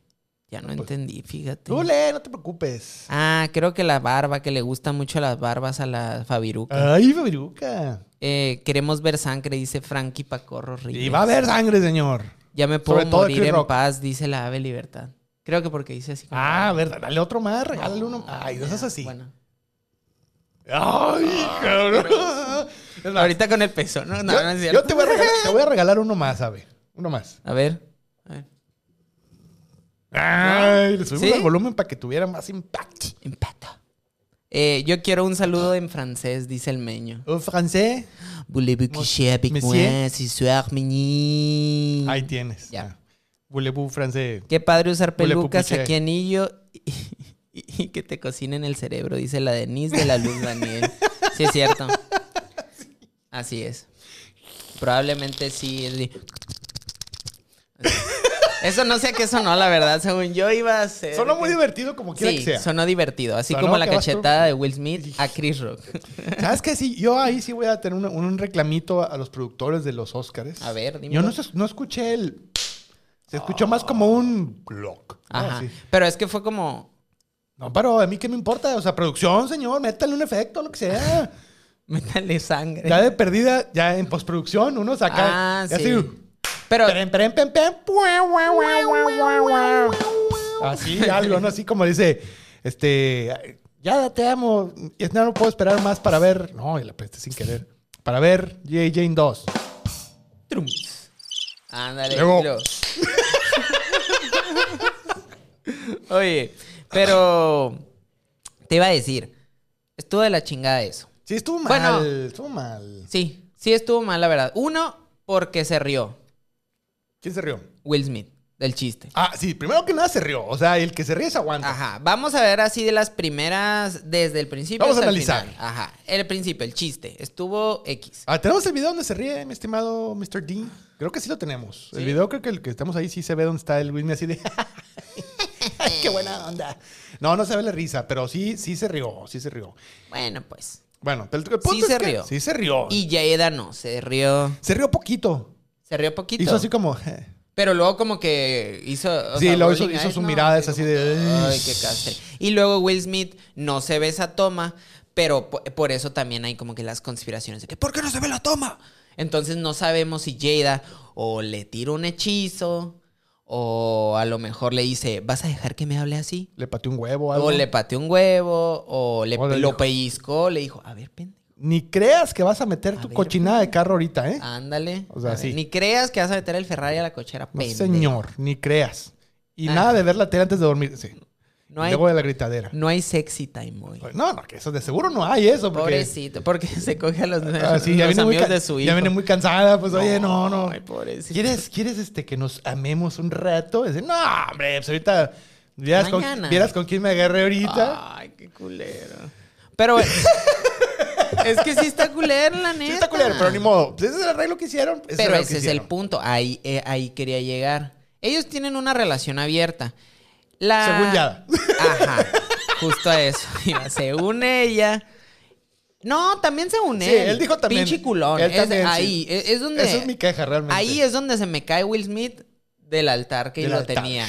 S2: Ya no
S3: pues.
S2: entendí, fíjate.
S3: Tú lee, no te preocupes.
S2: Ah, creo que la barba, que le gustan mucho las barbas a la Fabiruca.
S3: Ay, Fabiruca.
S2: Eh, queremos ver sangre, dice Frankie Pacorro Rivas.
S3: Y va a haber sangre, señor.
S2: Ya me puedo
S3: sobre todo de
S2: morir
S3: Chris
S2: en
S3: Rock.
S2: paz, dice la Ave Libertad. Creo que porque dice así. como-
S3: Ah, a ver, dale otro más, regálale uno.
S2: No,
S3: Ay, no
S2: ya,
S3: seas así.
S2: bueno.
S3: Ay, cabrón. Es más,
S2: Ahorita con el peso, ¿no? No,
S3: yo,
S2: no es
S3: yo
S2: cierto.
S3: te, voy a regalar, te voy a regalar uno más, ¿sabe? Uno más.
S2: A ver. a ver.
S3: Ay, le subimos
S2: ¿Sí?
S3: el volumen para que tuviera más impacto.
S2: Impacto. Eh, yo quiero un saludo en francés, dice el meño.
S3: ¿Un francés?
S2: Voulez-vous coucher avec
S3: Monsieur.
S2: moi ce soir, mignon?
S3: Ahí tienes.
S2: Ya.
S3: Ya. Voulez-vous francés.
S2: Qué padre usar
S3: Huele
S2: pelucas
S3: pupuche.
S2: aquí en Illo y, y- y que te cocinen el cerebro, dice la Denise de la Luz Daniel. Sí, es cierto. Así es. Probablemente sí. es de- Eso no sé a qué sonó, la verdad. Según yo iba a ser.
S3: Sonó muy divertido como quiera
S2: Eh, Sí,
S3: que sea.
S2: sonó divertido. Así
S3: Sonó
S2: como la
S3: que vas tú.
S2: cachetada de Will Smith a Chris Rock.
S3: ¿Sabes qué? Sí, yo ahí sí voy a tener un, un reclamito a los productores de los Oscars.
S2: A ver,
S3: Yo
S2: dímelo.
S3: no, se- no escuché el... Se escuchó más como un block. ¿no?
S2: Ajá.
S3: Ah, Sí.
S2: Pero es que fue como.
S3: No, pero a mí qué me importa. O sea, producción, señor, métale un efecto, lo que sea.
S2: Métale sangre.
S3: Ya de perdida, ya en postproducción, uno saca.
S2: Ah,
S3: ya
S2: sí.
S3: así,
S2: Pero
S3: peren, peren, pen, pen, pua, gua, gua, gua, gua, gua. Así, algo, ¿no? Así como dice, este, ya te amo, y no, no puedo esperar más para ver, no, y la presté sin querer, para ver J. Jane 2.
S2: Trum. Ándale.
S3: Luego.
S2: y luego. Oye, pero te iba a decir, estuvo de la chingada eso.
S3: Sí, estuvo mal,
S2: Bueno.
S3: estuvo mal.
S2: Sí, sí estuvo mal, la verdad. Uno, porque se rió
S3: ¿Quién se rió?
S2: Will Smith del chiste.
S3: Ah, sí, primero que nada se rió, o sea, el que se ríe se aguanta.
S2: Ajá, vamos a ver así de las primeras desde el principio.
S3: Vamos a
S2: hasta el
S3: analizar.
S2: final. Ajá, el principio, el chiste. Estuvo X.
S3: Ah, tenemos el video donde se ríe, mi estimado Mr. D. Creo que sí lo tenemos. El
S2: Sí.
S3: video creo que el que estamos ahí sí se ve donde está el Whitney así de. "Ay, ¡Qué buena onda! No, no se ve la risa, pero sí, sí se rió, sí se rió.
S2: Bueno, pues.
S3: Bueno, pero el punto
S2: Sí
S3: es
S2: se
S3: que
S2: rió.
S3: Sí se rió.
S2: Y Jaeda no, se rió.
S3: Se rió poquito.
S2: Se rió poquito.
S3: Hizo así como. "Eh".
S2: Pero luego como que hizo... o
S3: Sí, luego hizo-
S2: Bowling
S3: hizo
S2: Eyes,
S3: su mirada, es
S2: Pero
S3: así
S2: como
S3: de,
S2: que,
S3: "Ay".
S2: Ay, qué castre. Y luego Will Smith no se ve esa toma, pero po- por eso también hay como que las conspiraciones de que ¿por qué no se ve la toma? Entonces no sabemos si Jada o le tira un hechizo o a lo mejor le dice, ¿vas a dejar que me hable así?
S3: Le pateó un huevo o algo.
S2: O le pateó un huevo, o le,
S3: O le
S2: lo
S3: dijo-
S2: pellizcó, le dijo, a ver, pendejo,
S3: Ni creas que vas a meter
S2: A
S3: tu
S2: ver, Ah,
S3: cochinada de carro ahorita, ¿eh?
S2: ándale.
S3: O sea,
S2: a ver,
S3: sí.
S2: Ni creas que vas a meter el Ferrari a la cochera,
S3: no,
S2: pendejo.
S3: señor, ni creas. Y
S2: Ah.
S3: nada de ver la tele antes de dormir. Sí.
S2: No hay,
S3: Luego de la gritadera.
S2: no hay sexy time hoy.
S3: No, no, que eso de seguro no hay eso. Porque...
S2: Pobrecito, porque se coge a los,
S3: Ah, sí, ya
S2: los
S3: viene muy
S2: amigos
S3: ca-
S2: de su hijo.
S3: Ya viene muy cansada, pues oye, no, no.
S2: Ay, pobrecito.
S3: ¿Quieres, quieres este, que nos amemos un rato? Dice, no, hombre, pues ahorita. Vieras con,
S2: Mañana. Ah,
S3: vieras con quién me agarré ahorita.
S2: Ay, qué culero. Pero bueno, es que sí está culero, la neta.
S3: sí, está culero, pero ni modo. Pues ese es el arreglo que hicieron. ese es el
S2: Pero
S3: arreglo que
S2: ese es el
S3: hicieron.
S2: punto. Ahí, eh, ahí quería llegar. Ellos tienen una relación abierta. La...
S3: Según Yada.
S2: Ajá. Justo a eso. iba. según ella. No, también según él.
S3: Sí, él dijo también.
S2: ¿eh? Pinche culón.
S3: Él
S2: Es
S3: también, sí.
S2: ahí. e, Es, es donde.
S3: Esa es mi queja, realmente.
S2: Ahí es donde se me cae Will Smith del altar que
S3: Del
S2: lo
S3: altar.
S2: tenía.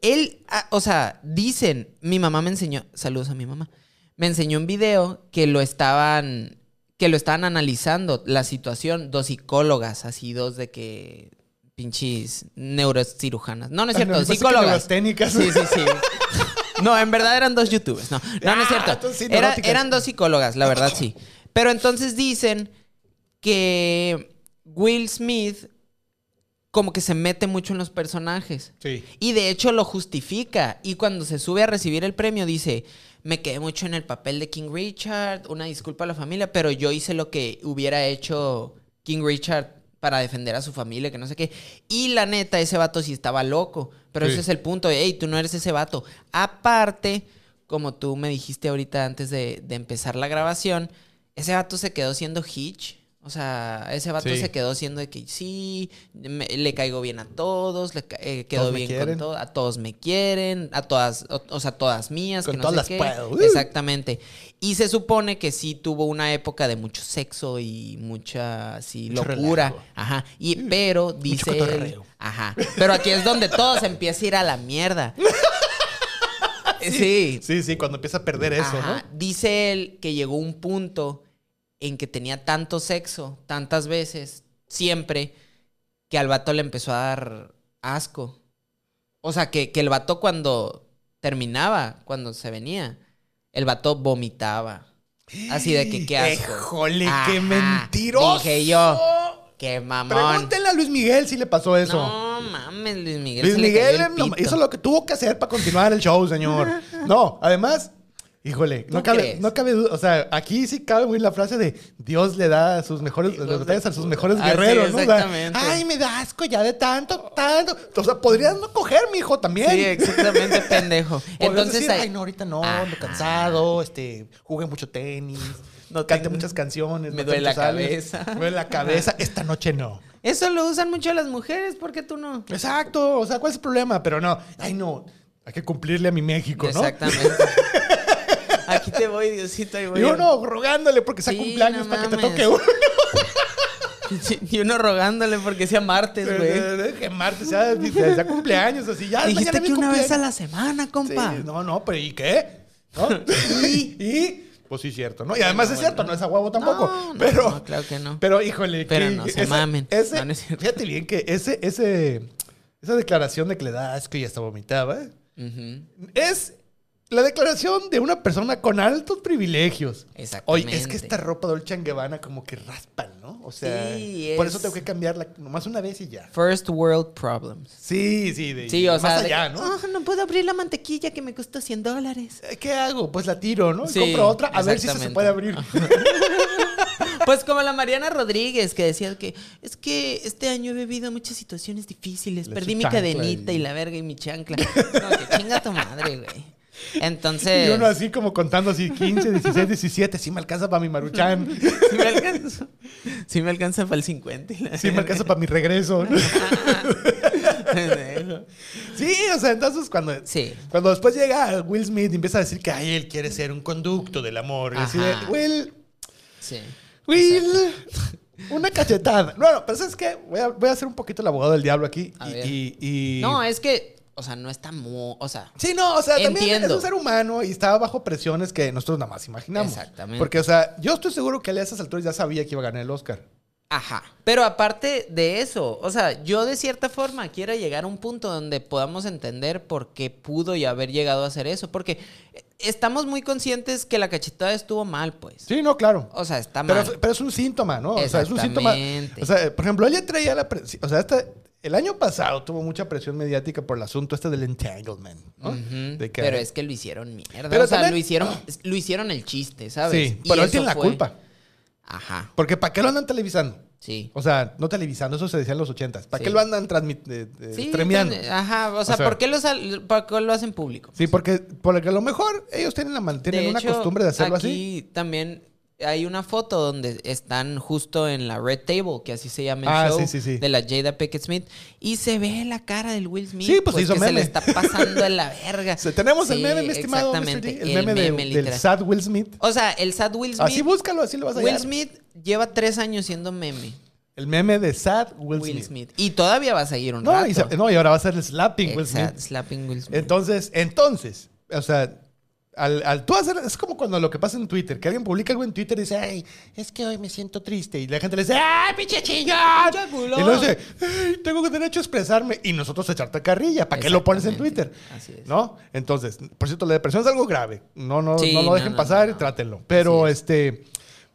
S2: Él, ah, o sea, dicen, mi mamá me enseñó, saludos a mi mamá, me enseñó un video que lo estaban, que lo estaban analizando la situación, dos psicólogas, así dos de que pinches neurocirujanas. No, no es
S3: Ah, no,
S2: cierto,
S3: pues sí que
S2: psicólogas.
S3: neurasténicas.
S2: Sí, sí, sí. No, en verdad eran dos youtubers. No, no, no es
S3: Ah,
S2: cierto.
S3: entonces sí,
S2: Era-
S3: neuróticas.
S2: eran dos psicólogas, la verdad sí. Pero entonces dicen que Will Smith como que se mete mucho en los personajes.
S3: Sí.
S2: Y de hecho lo justifica. Y cuando se sube a recibir el premio dice, me quedé mucho en el papel de King Richard, una disculpa a la familia, pero yo hice lo que hubiera hecho King Richard para defender a su familia, que no sé qué. Y la neta, ese vato sí estaba loco. Pero
S3: Sí.
S2: ese es el punto, hey, tú no eres ese vato. Aparte, como tú me dijiste ahorita antes de, de empezar la grabación, ese vato se quedó siendo Hitch. O sea, ese vato
S3: Sí.
S2: se quedó siendo de que sí, me- le caigo bien a todos, le ca- eh, quedó
S3: Todos me
S2: bien
S3: quieren.
S2: con todo, a todos me quieren, a todas, o, o sea, todas mías,
S3: Con
S2: que no
S3: todas
S2: sé
S3: las
S2: qué.
S3: puedo. Uh.
S2: Exactamente. Y se supone que sí tuvo una época de mucho sexo y mucha sí,
S3: Mucho
S2: locura.
S3: relajo. Mm.
S2: Ajá. Y pero dice él-
S3: cotorreo.
S2: ajá. Pero aquí es donde todo se empieza a ir a la mierda. sí.
S3: Sí, sí, cuando empieza a perder eso,
S2: Ajá.
S3: ¿no?
S2: Dice él que llegó un punto en que tenía tanto sexo, tantas veces, siempre, que al vato le empezó a dar asco. O sea, que, que el vato cuando terminaba, cuando se venía, el vato vomitaba. Así de que qué asco.
S3: ¡Híjole, qué
S2: Ajá.
S3: mentiroso!
S2: Dije yo, qué mamón.
S3: Pregúntenle a Luis Miguel si le pasó eso.
S2: No mames, Luis Miguel.
S3: Luis
S2: se le cayó
S3: Miguel
S2: el
S3: no-
S2: pito.
S3: hizo lo que tuvo que hacer para continuar el show, señor. No, además, híjole, no
S2: ¿Tú
S3: cabe,
S2: crees?
S3: no cabe duda. O sea, aquí sí cabe muy la frase de Dios le da a sus mejores, las batallas a sus mejores
S2: Ah, sí,
S3: guerreros, ¿no? O sea,
S2: exactamente.
S3: Ay, me da asco ya de tanto, tanto. O sea, podrías no coger, mijo, también.
S2: Sí, exactamente, pendejo.
S3: Podrías
S2: Entonces,
S3: decir,
S2: ahí-
S3: ay, no, ahorita no,
S2: Ajá.
S3: ando cansado, este, jugué mucho tenis,
S2: No
S3: cante
S2: tengo-
S3: muchas canciones.
S2: me
S3: no
S2: duele la
S3: tantos años,
S2: cabeza.
S3: Me duele la cabeza, esta noche no.
S2: Eso lo usan mucho las mujeres, ¿por qué tú no?
S3: Exacto, o sea, ¿cuál es el problema? Pero no, ay, no, hay que cumplirle a mi México, ¿no?
S2: Exactamente. Aquí te voy, Diosito, ahí voy.
S3: Y uno rogándole porque sea
S2: Sí,
S3: cumpleaños
S2: no
S3: para que te
S2: mames.
S3: toque uno.
S2: Y uno rogándole porque sea martes, güey. Ah,
S3: que martes sea, sea, sea cumpleaños, así ya.
S2: Dijiste
S3: mañana
S2: que
S3: mi
S2: una vez a
S3: cumpleaños.
S2: la semana, compa.
S3: Sí, no, no, pero ¿y qué? ¿No? ¿Y? Pues sí, cierto, ¿no? Y además
S2: Bueno,
S3: es cierto,
S2: bueno.
S3: no es a huevo tampoco.
S2: No, no,
S3: pero,
S2: no, claro que no.
S3: pero híjole.
S2: Pero
S3: que
S2: no se
S3: ese-
S2: mamen.
S3: ese-
S2: No, no es cierto.
S3: fíjate bien que ese, ese, esa declaración de que le da asco y hasta vomitaba
S2: Ujú,
S3: es la declaración de una persona con altos privilegios.
S2: Exactamente.
S3: Oye, es que esta ropa Dolce Gabbana como que raspan, ¿no? O sea,
S2: Sí, es-
S3: por eso tengo que cambiarla nomás una vez y ya.
S2: First world problems.
S3: Sí, sí, de
S2: Sí, o
S3: más
S2: sea, de-
S3: allá, ¿no?
S2: "Ah, no puedo abrir la mantequilla que me costó 100 dólares.
S3: ¿Qué hago? Pues la tiro, ¿no? Y
S2: Sí,
S3: compro otra a ver si esa se
S2: exactamente.
S3: puede abrir.
S2: Pues como la Mariana Rodríguez que decía que es que este año he vivido muchas situaciones difíciles.
S3: Le
S2: Perdí
S3: su
S2: mi
S3: chancla
S2: cadenita
S3: y-
S2: y la verga y mi chancla. No, que chinga tu madre, güey. Entonces,
S3: Y uno así como contando así 15, 16, 17, sí me alcanza para mi maruchan,
S2: si me alcanza, sí me alcanza para el 50. y la
S3: sí me
S2: verga.
S3: alcanza para mi regreso. ¿no?
S2: Pendejo.
S3: Sí, o sea, entonces cuando,
S2: Sí.
S3: cuando después llega Will Smith y empieza a decir que ay, él quiere ser un conducto del amor. Y así de,
S2: Ajá.
S3: Will,
S2: Sí.
S3: Will, una cachetada. No, no, pero ¿sabes qué? Voy a, voy a ser un poquito el abogado del diablo aquí.
S2: A
S3: y-
S2: ver.
S3: y- y-
S2: No, eh. es que, o sea, no está muy, o sea,
S3: Sí, no, o sea, también es
S2: Entiendo.
S3: un ser humano y estaba bajo presiones que nosotros nada más imaginamos.
S2: Exactamente.
S3: Porque, o sea, yo estoy seguro que él a esas alturas ya sabía que iba a ganar el Oscar.
S2: Ajá. Pero aparte de eso, o sea, yo de cierta forma quiero llegar a un punto donde podamos entender por qué pudo y haber llegado a hacer eso. Porque estamos muy conscientes que la cachetada estuvo mal, pues.
S3: Sí, no, claro.
S2: O sea, está
S3: Pero,
S2: mal.
S3: es- pero es un síntoma, ¿no? O sea, es un síntoma.
S2: Exactamente.
S3: O sea, por ejemplo, ella traía la presión. O sea, hasta el año pasado tuvo mucha presión mediática por el asunto este del entanglement, ¿no?
S2: Ujú,
S3: De que-
S2: Pero es que lo hicieron mierda.
S3: Pero
S2: o sea,
S3: también-
S2: lo hicieron, lo hicieron el chiste, ¿sabes?
S3: Sí,
S2: Y
S3: pero él
S2: eso
S3: tiene la
S2: fue-
S3: culpa.
S2: Ajá.
S3: Porque ¿para qué lo andan televisando?
S2: Sí.
S3: O sea, no televisando, eso se decía en los ochentas. ¿Para
S2: Sí.
S3: qué lo andan transmitiendo?
S2: Sí, ah,
S3: streameando?
S2: entonces, Ajá. O sea,
S3: sea-
S2: ¿por qué lo, sal- por qué lo hacen público?
S3: Sí, porque, porque a lo mejor ellos tienen, la, man- tienen
S2: De
S3: una
S2: hecho,
S3: costumbre de hacerlo así.
S2: aquí también hay una foto donde están justo en la Red Table, que así se llama el
S3: Ah,
S2: show,
S3: sí, sí, sí.
S2: de la Jada Pickett Smith, y se ve la cara del Will Smith.
S3: Sí, pues, hizo
S2: que se le
S3: meme.
S2: está pasando en la verga.
S3: Se- Tenemos el
S2: Sí,
S3: meme, mi estimado Mr. D,
S2: exactamente,
S3: el, meme, de- del
S2: literal.
S3: sad Will Smith.
S2: O sea, el sad Will Smith.
S3: Así búscalo, así lo vas a
S2: Will
S3: hallar.
S2: Smith lleva tres años siendo meme.
S3: El meme de sad Will,
S2: Will
S3: Smith.
S2: Smith. Y todavía va a seguir un
S3: No
S2: rato.
S3: y, se- no, y ahora va a ser el slapping pues, Will
S2: Exact-
S3: Smith.
S2: Slapping Will Smith.
S3: Entonces, entonces, o sea, al, al tú hacer, es como cuando lo que pasa en Twitter, que alguien publica algo en Twitter y dice, ay, es que hoy me siento triste. Y la gente le dice, ay, pinche chingón.
S2: Pinche culo.
S3: Y luego dice, ay, tengo derecho a expresarme. Y nosotros echarte carrilla, ¿para qué lo pones en Twitter?
S2: Exactamente. Así es.
S3: ¿No? Entonces, por cierto, la depresión es algo grave. No, no,
S2: Sí,
S3: no lo
S2: no,
S3: dejen
S2: no, no,
S3: pasar y
S2: no.
S3: trátenlo. Pero
S2: Así es.
S3: este.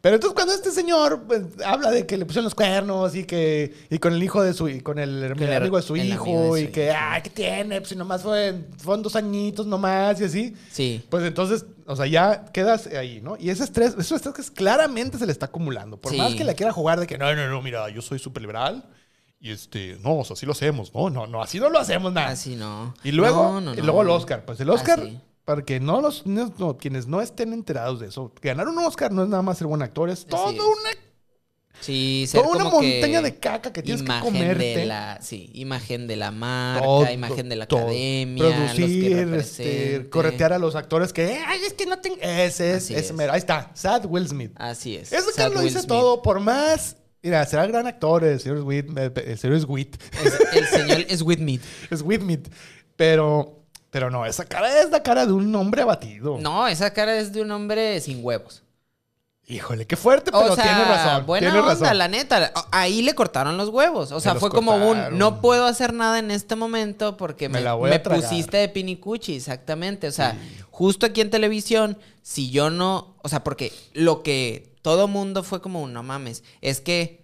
S3: Pero entonces cuando este señor pues, habla de que le pusieron los cuernos y que y con el hijo de su y con el,
S2: Con el-
S3: amigo de su
S2: el
S3: hijo
S2: amigo de
S3: y
S2: su
S3: que
S2: hijo.
S3: ay, ¿qué tiene? Pues si nomás fue, fueron dos añitos nomás y así.
S2: Sí.
S3: Pues entonces, o sea, ya quedas ahí, ¿no? Y ese estrés, ese estrés que es- claramente se le está acumulando. Por
S2: Sí.
S3: más que la quiera jugar de que no, no, no, mira, yo soy súper liberal y este, no, o sea, así lo hacemos, no, no, no, así no lo hacemos nada.
S2: Así Ah, no.
S3: Ah. Y luego,
S2: No, no,
S3: y luego el
S2: no.
S3: Oscar. Pues el Oscar,
S2: Ah, sí.
S3: para que no los, no- no, quienes no estén enterados de eso, ganar un Oscar no es nada más ser buen actor, es toda
S2: es.
S3: una,
S2: Sí, ser
S3: toda una
S2: como que-
S3: montaña de caca que tienes que
S2: imagen
S3: comerte.
S2: de la sí imagen de la marca
S3: Todo,
S2: imagen de la
S3: todo.
S2: academia
S3: producir,
S2: los que
S3: este,
S2: represente.
S3: corretear a los actores que, ay, es que no tengo. Ese es,
S2: Así
S3: ese
S2: es.
S3: mero. Ahí está, Sad Will Smith.
S2: así es
S3: Eso que
S2: Sad
S3: lo
S2: Will
S3: dice
S2: Smith.
S3: todo, por más. Mira, será gran actor, el señor Smith, eh, el señor Smith,
S2: Es- el señor es with me
S3: Smith, Smith, pero, pero no, esa cara es la cara de un hombre abatido.
S2: no esa cara es de un hombre sin huevos
S3: Híjole, qué fuerte,
S2: o
S3: pero
S2: sea
S3: tiene razón.
S2: buena
S3: tiene
S2: onda
S3: razón.
S2: la neta ahí le cortaron los huevos o sea
S3: los
S2: fue como
S3: cortaron.
S2: un no puedo hacer nada en este momento porque
S3: Me
S2: me,
S3: la voy a
S2: me
S3: tragar.
S2: pusiste de pinicuchi exactamente o sea justo aquí en televisión si yo no o sea porque lo que todo mundo fue como un no mames es que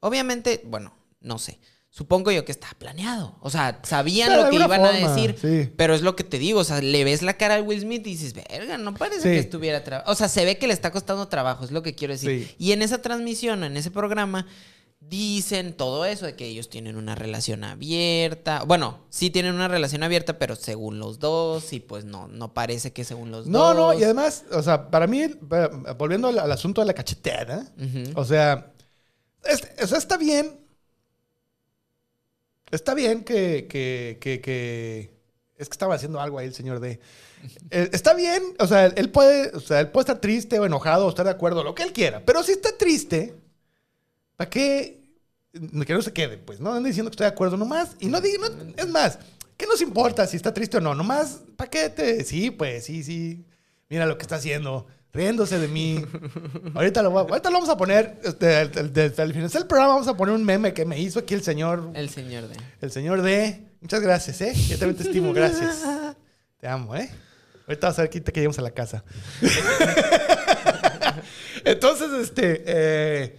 S2: Obviamente, bueno, no sé. Supongo yo que estaba planeado. O sea, sabían
S3: Pero de
S2: lo que
S3: alguna
S2: iban
S3: forma,
S2: a decir.
S3: sí.
S2: Pero es lo que te digo. O sea, le ves la cara a Will Smith y dices, verga, no parece
S3: Sí.
S2: que estuviera trabajando. O sea, se ve que le está costando trabajo, es lo que quiero decir.
S3: Sí.
S2: Y en esa transmisión, en ese programa, dicen todo eso de que ellos tienen una relación abierta. Bueno, sí tienen una relación abierta, pero según los dos. Y pues no, no parece que según los dos.
S3: No, no, y además, o sea, para mí, para- volviendo al, al asunto de la cacheteada,
S2: Ujú.
S3: o sea, es- o sea, está bien. Está bien que, que, que, que- Es que estaba haciendo algo ahí el señor D. Eh, está bien, o sea, él puede, o sea, él puede estar triste o enojado o estar de acuerdo, lo que él quiera. Pero si está triste, ¿para qué? Que no se quede, pues, ¿no? Ande diciendo que estoy de acuerdo nomás. Y no diga, no- es más, ¿qué nos importa si está triste o no? Nomás, ¿para qué te...? Sí, pues, sí, sí. Mira lo que está haciendo. riéndose de mí. Ahorita lo, voy a- ahorita lo vamos a poner, este, el- el- desde el final del programa vamos a poner un meme que me hizo aquí el señor,
S2: El señor de.
S3: el señor D. Muchas gracias, ¿eh? Yo también te estimo, gracias. Te amo, ¿eh? Ahorita vas a ver que te queríamos a la casa. Entonces, este. eh,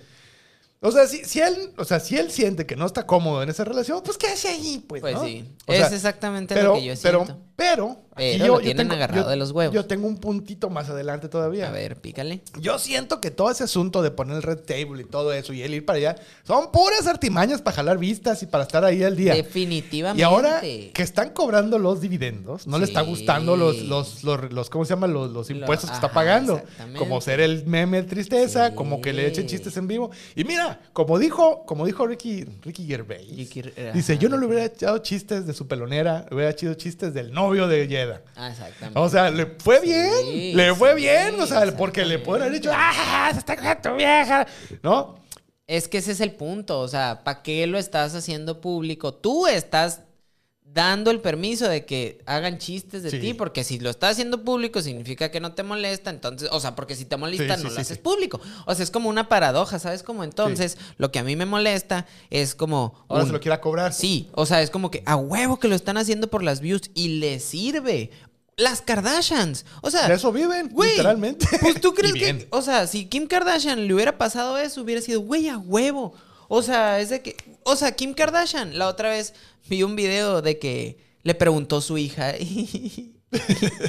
S3: o sea, si, si él, o sea, si él siente que no está cómodo en esa relación, pues quédese ahí, pues.
S2: Pues
S3: ¿no?
S2: sí.
S3: O sea,
S2: es exactamente
S3: pero,
S2: lo que yo siento.
S3: pero, pero, aquí
S2: Pero lo tienen agarrado de los huevos.
S3: Yo tengo un puntito más adelante todavía.
S2: A ver, pícale.
S3: Yo siento que todo ese asunto de poner el red table y todo eso y él ir para allá son puras artimañas para jalar vistas y para estar ahí al día.
S2: Definitivamente.
S3: Y ahora que están cobrando los dividendos, no le está
S2: Sí.
S3: gustando los, los, los, los- ¿cómo se llaman? Los, los
S2: Lo-
S3: impuestos que está
S2: ajá,
S3: pagando.
S2: exactamente.
S3: Como ser el meme tristeza,
S2: Sí.
S3: como que le echen chistes en vivo. Y mira, como dijo, como dijo Ricky, Ricky Gervais,
S2: Ricky- ajá,
S3: dice, yo no le
S2: Ricky.
S3: hubiera echado chistes de su pelonera, le hubiera echado chistes del novio de Yeda.
S2: Ah, exactamente.
S3: O sea, le fue bien,
S2: Sí,
S3: le fue
S2: sí,
S3: bien, o sea, porque le pueden haber dicho, ¡ah, se está con tu vieja! ¿No?
S2: Es que ese es el punto, o sea, ¿para qué lo estás haciendo público? Tú estás dando el permiso de que hagan chistes de
S3: Sí.
S2: ti, porque si lo estás haciendo público significa que no te molesta, entonces, o sea, porque si te molesta
S3: Sí, sí,
S2: no
S3: sí,
S2: lo haces
S3: sí.
S2: público. O sea, es como una paradoja, ¿sabes? Como entonces, lo que a mí me molesta es como...
S3: Ahora se
S2: un-
S3: lo quiera cobrar.
S2: Sí, o sea, es como que a huevo que lo están haciendo por las views y les sirve. Las Kardashians, o sea...
S3: De eso viven,
S2: Güey,
S3: literalmente.
S2: Pues tú
S3: Y
S2: crees
S3: bien.
S2: que, o sea, si Kim Kardashian le hubiera pasado eso, hubiera sido, güey, a huevo. O sea, es de que, o sea, Kim Kardashian, la otra vez vi un video de que le preguntó su hija, y,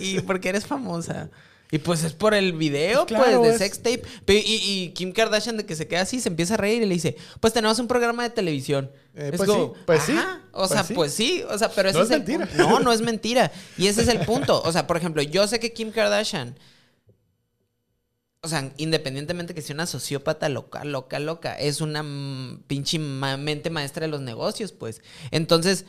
S2: y por qué eres famosa? Y pues es por el video,
S3: Pues claro,
S2: pues, de
S3: es-
S2: sex tape. Pe- Y, y Kim Kardashian de que se queda así, se empieza a reír y le dice, pues tenemos un programa de televisión.
S3: Eh,
S2: Es
S3: pues
S2: como,
S3: sí, pues sí,
S2: "Ajá". O
S3: pues
S2: sea,
S3: sí.
S2: pues sí, o sea, pero ese
S3: No
S2: es,
S3: es
S2: el
S3: mentira.
S2: punto. No, no es mentira. Y ese es el punto. O sea, por ejemplo, yo sé que Kim Kardashian o sea, independientemente que sea una sociópata loca, loca, loca, es una mm, pinche ma- mente maestra de los negocios, pues. Entonces,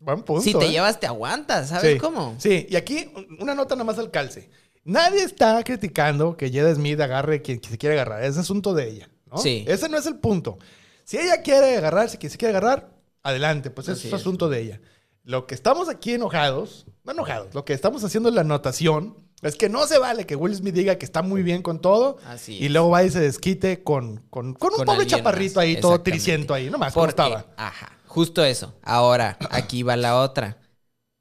S3: Buen punto,
S2: si te
S3: ¿eh?
S2: llevas, te aguantas, ¿sabes
S3: sí.
S2: cómo?
S3: Sí, y aquí un- una nota nada más al calce. Nadie está criticando que Jada Smith agarre quien quien se quiere agarrar. Es asunto de ella, ¿no?
S2: Sí.
S3: Ese no es el punto. Si ella quiere agarrarse, quien se quiere agarrar, adelante, pues
S2: Así
S3: es,
S2: es.
S3: asunto de ella. Lo que estamos aquí enojados, no enojados, lo que estamos haciendo en la anotación es que no se vale que Will Smith diga que está muy bien con todo
S2: Así
S3: y
S2: es.
S3: luego va y se desquite con, con, con un
S2: Con
S3: pobre
S2: alguien
S3: chaparrito
S2: más,
S3: ahí, todo
S2: exactamente.
S3: triciento ahí, nomás, ¿cómo
S2: Porque-
S3: estaba?
S2: Ajá, justo eso. Ahora, aquí va la otra.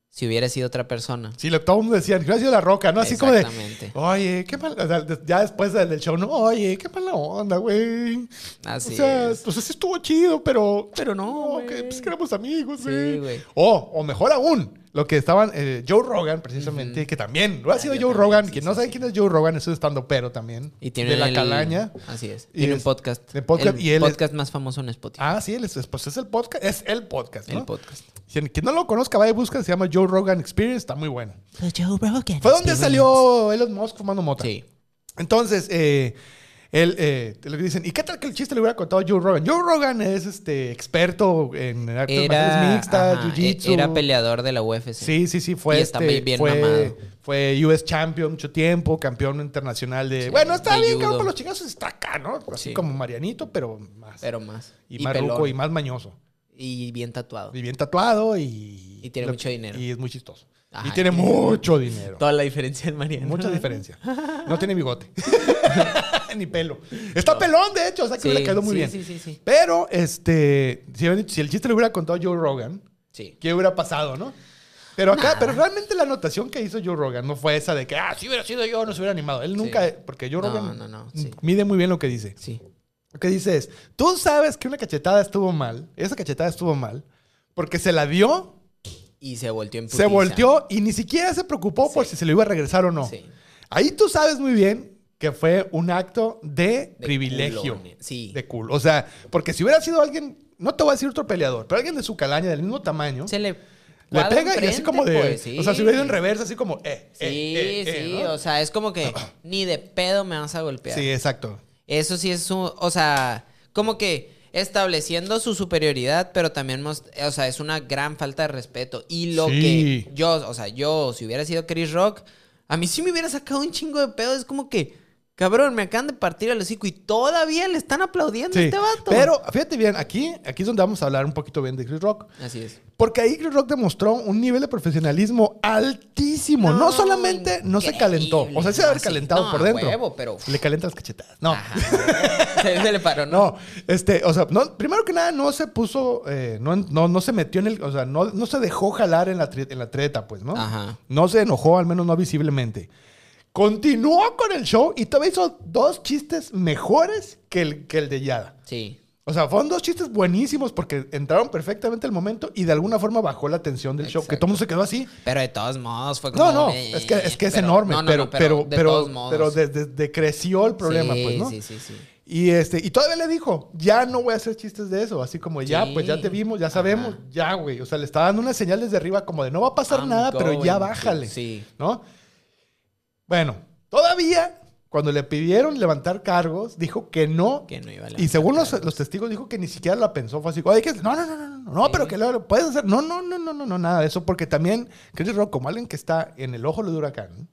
S2: Si hubiera sido otra persona.
S3: Sí, lo, todo el mundo decía, gracias a la roca, ¿no? Así como de,
S2: Exactamente.
S3: Oye, qué mal. o sea, des- Ya después del del show, no, oye, qué mala onda, güey.
S2: Así
S3: o sea,
S2: es.
S3: pues sí estuvo chido, pero.
S2: Pero no,
S3: que
S2: güey.
S3: pues que éramos amigos,
S2: Sí,
S3: güey.
S2: güey.
S3: o, o mejor aún, lo que estaban eh, Joe Rogan, precisamente, que también lo ha
S2: Ah,
S3: sido
S2: yo
S3: Joe
S2: también,
S3: Rogan.
S2: sí,
S3: Quien
S2: sí,
S3: no sabe
S2: sí.
S3: quién es Joe Rogan, es un estando pero también.
S2: Y tiene
S3: de la
S2: el-
S3: calaña.
S2: Así es.
S3: Y
S2: Tiene
S3: es-
S2: un podcast.
S3: de podcast,
S2: el
S3: y él es-
S2: podcast más famoso en Spotify.
S3: Ah, sí, él es, pues es el podcast. Es el podcast, ¿no?
S2: El podcast.
S3: Si- Quien no lo conozca, vaya y busca, se llama Joe Rogan Experience, está muy bueno.
S2: Fue Pues Joe Rogan.
S3: Fue donde
S2: Steven
S3: salió Elon Musk fumando
S2: Musk.
S3: mota.
S2: Sí.
S3: Entonces, eh, él, eh, te lo que dicen, ¿y qué tal que el chiste le hubiera contado Joe Rogan? Joe Rogan es este experto en artes marciales
S2: Era,
S3: mixtas,
S2: ajá, e-
S3: jiu-jitsu.
S2: era peleador de la UFC.
S3: Sí, sí, sí, fue
S2: Y está
S3: este,
S2: bien
S3: fue,
S2: mamado.
S3: fue US Champion mucho tiempo, campeón internacional de...
S2: Sí,
S3: bueno, está
S2: de
S3: bien,
S2: judo.
S3: cabrón, pero los chingazos está acá, ¿no? Así
S2: Sí.
S3: como Marianito, pero más.
S2: Pero más.
S3: y, más
S2: pelón.
S3: ruco y más mañoso.
S2: Y bien tatuado.
S3: Y bien tatuado y...
S2: Y tiene mucho dinero.
S3: Y es muy chistoso.
S2: Ajá,
S3: y tiene mucho dinero.
S2: Toda la diferencia en Mariano.
S3: Mucha diferencia. No tiene bigote. Ni pelo. Está pelón, de hecho. O sea que
S2: Sí,
S3: le quedó muy
S2: sí,
S3: bien.
S2: sí, sí, sí.
S3: Pero, este, si, hubieran dicho- si el chiste lo hubiera contado Joe Rogan,
S2: Sí.
S3: ¿qué hubiera pasado, no? Pero acá, pero realmente la anotación que hizo Joe Rogan no fue esa de que, ah, si hubiera sido yo, no se hubiera animado. Él nunca, porque Joe
S2: No,
S3: Rogan
S2: no, no, sí.
S3: mide muy bien lo que dice.
S2: Sí.
S3: Lo que dice es, tú sabes que una cachetada estuvo mal, esa cachetada estuvo mal, porque se la dio,
S2: Y se volteó en
S3: se
S2: putiza.
S3: volteó y ni siquiera se preocupó por si se lo iba a regresar o no.
S2: Sí.
S3: Ahí tú sabes muy bien que fue un acto de,
S2: De
S3: privilegio.
S2: culones. Sí.
S3: De culo. O sea, porque si hubiera sido alguien, no te voy a decir otro peleador, pero alguien de su calaña, del mismo tamaño,
S2: Se le.
S3: le
S2: cuadra
S3: pega y así
S2: enfrente,
S3: como de.
S2: pues, sí.
S3: O sea, si hubiera ido en reversa, así como, eh,
S2: Sí,
S3: eh, eh, eh,
S2: sí.
S3: ¿no?
S2: O sea, es como que ni de pedo me vas a golpear.
S3: Sí, exacto.
S2: Eso sí es un. O sea, como que estableciendo su superioridad, pero también, mos- o sea, es una gran falta de respeto. Y lo
S3: Sí.
S2: que yo, o sea, yo, si hubiera sido Chris Rock, a mí sí me hubiera sacado un chingo de pedo. Es como que, Cabrón, me acaban de partir el hocico y todavía le están aplaudiendo a
S3: Sí.
S2: este vato.
S3: Pero fíjate bien, aquí, aquí es donde vamos a hablar un poquito bien de Chris Rock.
S2: Así es.
S3: Porque ahí Chris Rock demostró un nivel de profesionalismo altísimo. No,
S2: No,
S3: solamente no se
S2: increíble.
S3: calentó. O sea, se debe haber
S2: Sí.
S3: calentado
S2: No,
S3: por
S2: a
S3: dentro.
S2: huevo, pero-
S3: Le calienta las cachetadas. No.
S2: Ajá. se, se le paró, ¿no?
S3: No, este, o sea, no, primero que nada, no se puso, eh, no, no, no se metió en el, o sea, no, no se dejó jalar en la, tri- en la treta, pues, ¿no?
S2: Ajá.
S3: No se enojó, al menos no visiblemente. Continuó con el show y todavía hizo dos chistes mejores que el, que el de Yada.
S2: Sí.
S3: O sea, fueron dos chistes buenísimos porque entraron perfectamente al momento y de alguna forma bajó la tensión del show, que
S2: Exacto.
S3: todo el mundo se quedó así.
S2: Pero de todos modos fue como...
S3: No, no,
S2: eh,
S3: es que es, que es
S2: pero-
S3: enorme,
S2: no, no,
S3: pero,
S2: no,
S3: pero,
S2: de
S3: pero,
S2: todos modos.
S3: pero de- de- decreció el problema,
S2: Sí,
S3: pues, ¿no?
S2: Sí, sí, sí.
S3: Y este, y todavía le dijo, ya no voy a hacer chistes de eso, así como ya,
S2: Sí.
S3: pues ya te vimos, ya sabemos,
S2: Ajá.
S3: ya, güey. O sea, le está dando una señal desde arriba como de no va a pasar
S2: I'm
S3: nada, pero ya
S2: going to-
S3: bájale,
S2: Sí.
S3: ¿no? Bueno, todavía cuando le pidieron levantar cargos, dijo que no.
S2: Que no iba a
S3: y
S2: levantar
S3: según los,
S2: cargos.
S3: los testigos dijo que ni siquiera la pensó, fue así, oye, que no, no, no, no, no, no,
S2: Sí.
S3: pero que lo, lo puedes hacer. No, no, no, no, no, no, nada de eso, porque también Chris Rock, como alguien que está en el ojo del huracán,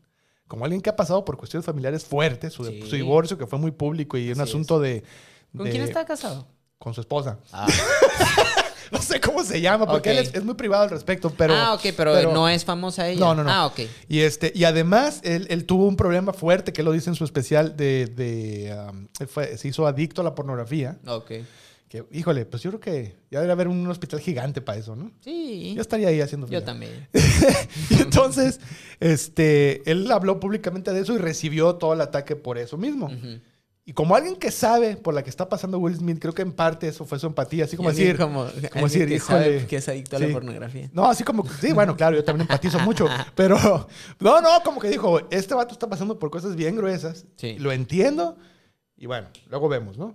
S3: como alguien que ha pasado por cuestiones familiares fuertes, su,
S2: Sí.
S3: su divorcio que fue muy público y un
S2: Así
S3: asunto de,
S2: ¿Con
S3: de-
S2: quién estaba casado?
S3: Con su esposa.
S2: Ah.
S3: No sé cómo se llama, porque
S2: Ok.
S3: él es, es muy privado al respecto, pero...
S2: ah, ok, pero, no es famosa ella.
S3: No, no, no.
S2: Ah, ok.
S3: Y, este, y además, él, él tuvo un problema fuerte, que lo dice en su especial, de... de, um, él fue- se hizo adicto a la pornografía.
S2: Ok.
S3: Que, híjole, pues yo creo que ya debería haber un hospital gigante para eso, ¿no?
S2: Sí.
S3: Yo estaría ahí haciendo
S2: Yo
S3: fila.
S2: también.
S3: Y entonces, este, él habló públicamente de eso y recibió todo el ataque por eso mismo.
S2: Ujú.
S3: Y como alguien que sabe por la que está pasando Will Smith, creo que en parte eso fue su empatía, así
S2: Y
S3: como
S2: alguien
S3: decir,
S2: como, alguien
S3: decir,
S2: que
S3: híjole.
S2: sabe que es adicto a
S3: Sí.
S2: la pornografía.
S3: No, así como, sí, bueno, claro, yo también empatizo mucho, pero no, no, como que dijo, este vato está pasando por cosas bien gruesas,
S2: Sí.
S3: lo entiendo, y bueno, luego vemos, ¿no?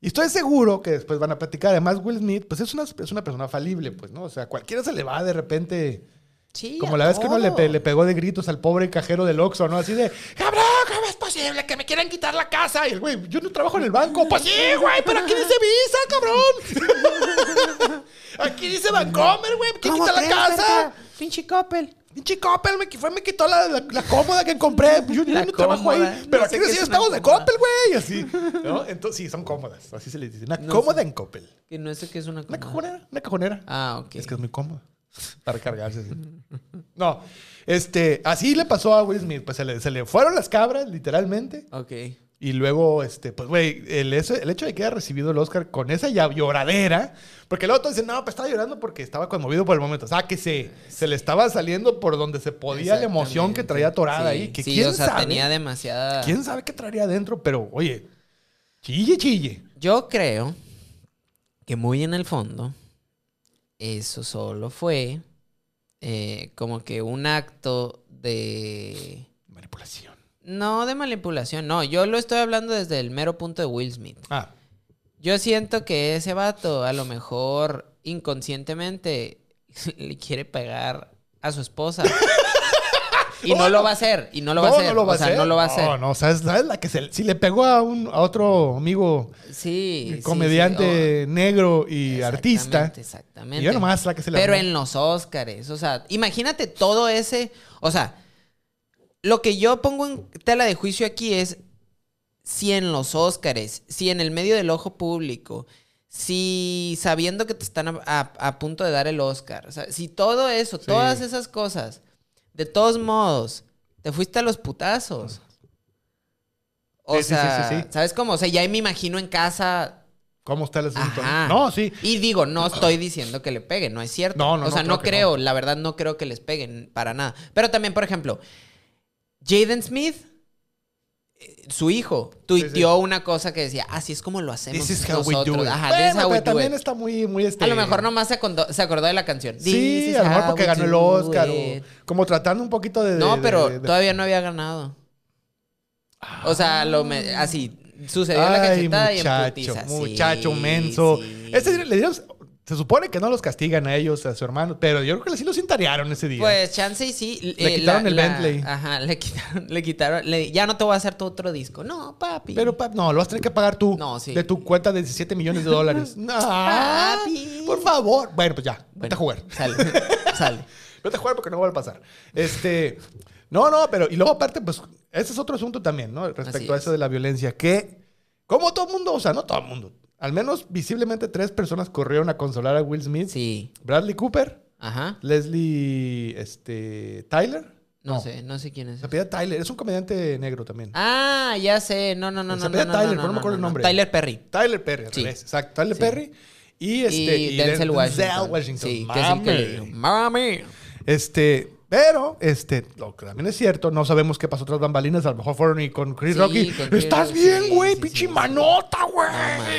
S3: Y estoy seguro que después van a platicar, además Will Smith, pues es una, es una persona falible, pues, ¿no? O sea, cualquiera se le va de repente,
S2: Sí.
S3: como
S2: a
S3: la vez que uno le, pe-
S2: todo.
S3: le pegó de gritos al pobre cajero del Oxxo, ¿no? Así de, cabrón, ¿cómo es posible que me quieran quitar la casa? Y el güey, yo no trabajo en el banco. Pues sí, güey, pero aquí dice Visa, cabrón. aquí dice Vancomer, güey, ¿quién
S2: ¿Cómo
S3: quita la
S2: crees,
S3: casa?
S2: verga? Pinche Coppel.
S3: Pinche Coppel me, qui- fue, me quitó la, la, la cómoda que compré. Yo, yo
S2: La
S3: no trabajo
S2: cómoda.
S3: ahí. Pero
S2: No
S3: aquí
S2: sé qué
S3: recién
S2: es una
S3: estamos de
S2: cómoda.
S3: Coppel, güey. Así, ¿no? Entonces, sí, son cómodas. Así se les dice. Una
S2: No
S3: cómoda en Coppel.
S2: Que no sé qué es una
S3: Una
S2: cosa.
S3: cajonera, una cajonera.
S2: Ah, ok.
S3: Es que es muy cómodo para cargarse. sí. No, este, así le pasó a Will Smith. Pues se le, se le fueron las cabras, literalmente.
S2: Ok.
S3: Y luego, este, pues, güey, el, eso- el hecho de que haya recibido el Oscar con esa ya lloradera, porque luego todos dicen, no, pues estaba llorando porque estaba conmovido por el momento. O sea, que se, se le estaba saliendo por donde se podía la emoción que traía atorada
S2: Sí,
S3: ahí. Que
S2: sí,
S3: quién
S2: o sea,
S3: sabe,
S2: tenía demasiada.
S3: quién sabe qué traería adentro, pero, oye, chille, chille.
S2: Yo creo que muy en el fondo, eso solo fue eh, como que un acto de.
S3: Manipulación.
S2: No, de manipulación, no. Yo lo estoy hablando desde el mero punto de Will Smith.
S3: Ah,
S2: Yo siento que ese vato, a lo mejor inconscientemente, le quiere pegar a su esposa. Y no lo va a hacer, y no lo va a hacer. o sea, no lo va a hacer.
S3: No, no, ¿sabes, sabes la que se, si le pegó a, un, a otro amigo
S2: Sí. sí, sí, o-
S3: comediante negro y artista.
S2: Exactamente,
S3: Y
S2: Exactamente.
S3: yo nomás la que se le
S2: Pero
S3: armó.
S2: en los Óscares, o sea, imagínate todo ese, o sea, lo que yo pongo en tela de juicio aquí es si en los Óscares, si en el medio del ojo público, si sabiendo que te están a, a- a punto de dar el Óscar, o sea, si todo eso,
S3: Sí.
S2: todas esas cosas, de todos modos, te fuiste a los putazos. O
S3: Sí, sí, sí,
S2: sea,
S3: sí, sí.
S2: ¿sabes cómo? O sea, ya ahí me imagino en casa
S3: ¿Cómo está el asunto?
S2: Ajá.
S3: No, sí.
S2: Y digo, no estoy diciendo que le pegue, no es cierto.
S3: No,
S2: o
S3: no, no,
S2: sea,
S3: claro
S2: no
S3: que
S2: creo, la verdad no creo que les peguen para nada. Pero también, por ejemplo, Jaden Smith, eh, su hijo, tuiteó una cosa que decía, así es como lo hacemos
S3: This is how we
S2: nosotros.
S3: do it.
S2: Ajá,
S3: Bueno,
S2: this is how we
S3: pero
S2: do
S3: también
S2: it.
S3: está muy, muy este.
S2: A lo mejor nomás se acordó, se acordó de la canción. This
S3: Sí,
S2: is
S3: a lo mejor
S2: how
S3: porque
S2: we
S3: ganó el
S2: do
S3: Oscar.
S2: it.
S3: o- como tratando un poquito de. de-
S2: No,
S3: de-
S2: pero
S3: de- de-
S2: todavía no había ganado. O sea, lo me- así sucedió la
S3: Ay,
S2: cachetada y en
S3: muchacho,
S2: putiza. Sí,
S3: muchacho menso.
S2: sí.
S3: Ese le dieron- Se supone que no los castigan a ellos, a su hermano, pero yo creo que sí los intarearon ese día.
S2: Pues chance y sí.
S3: Le quitaron el Bentley.
S2: Ajá, le quitaron, le quitaron. le- ya no te voy a hacer tu otro disco. No, papi.
S3: Pero, pap, no, lo vas a tener que pagar tú.
S2: No, sí.
S3: De tu cuenta de 17 millones de dólares. no,
S2: Papi.
S3: Por favor. Bueno, pues ya. Vete
S2: Bueno,
S3: a jugar.
S2: Sale, sale.
S3: Vete a jugar porque no vuelve a pasar. Este. No, no, pero. Y luego, aparte, pues. Ese es otro asunto también, ¿no? Respecto
S2: Así
S3: a eso
S2: es.
S3: de la violencia, que como todo el mundo, o sea, no todo el mundo, al menos visiblemente tres personas corrieron a consolar a Will Smith.
S2: Sí.
S3: Bradley Cooper,
S2: Ajá.
S3: Leslie este, Tyler.
S2: No, sé, no sé quién es.
S3: Se apellida Tyler, es un comediante negro también.
S2: Ah, ya sé. No, no, no,
S3: Se
S2: no.
S3: apellida
S2: no,
S3: Tyler,
S2: no,
S3: pero no me acuerdo el nombre.
S2: Tyler Perry.
S3: Tyler Perry, al
S2: Sí.
S3: revés, exacto. Tyler
S2: Sí.
S3: Perry y, este,
S2: y Denzel Washington.
S3: Washington.
S2: Sí, que es el que le dijo,
S3: Mame.
S2: Mami.
S3: Este, pero, este, lo que también es cierto, no sabemos qué pasó tras bambalinas. A lo mejor fueron y con Chris
S2: Sí,
S3: Rock y,
S2: con Chris
S3: ¡Estás
S2: Rock,
S3: bien,
S2: sí,
S3: güey!
S2: sí,
S3: ¡Pichi
S2: sí, sí.
S3: manota,
S2: No
S3: güey!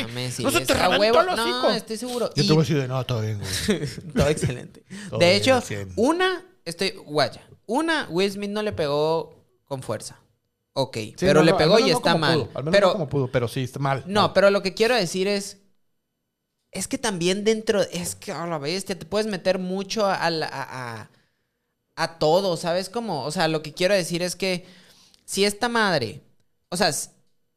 S3: No,
S2: mames, sí.
S3: se te
S2: es- a
S3: reventó
S2: huevo-
S3: el hocico!
S2: No, estoy seguro.
S3: Yo
S2: Y-
S3: te voy a decir de no, todo bien, güey.
S2: Todo excelente.
S3: Todo
S2: de
S3: bien,
S2: hecho,
S3: al cien.
S2: una, estoy, guaya, una, Will Smith no le pegó con fuerza. Ok,
S3: Sí,
S2: pero
S3: no,
S2: le
S3: no, al
S2: pegó
S3: menos
S2: y
S3: no
S2: está
S3: como
S2: mal.
S3: pudo, al menos
S2: pero,
S3: no como pudo, pero sí, está mal.
S2: no, pero lo que quiero decir es, es que también dentro, es que a la bestia, te puedes meter mucho a, la- a, a- a todo, ¿sabes cómo? O sea, lo que quiero decir es que si esta madre, o sea, s-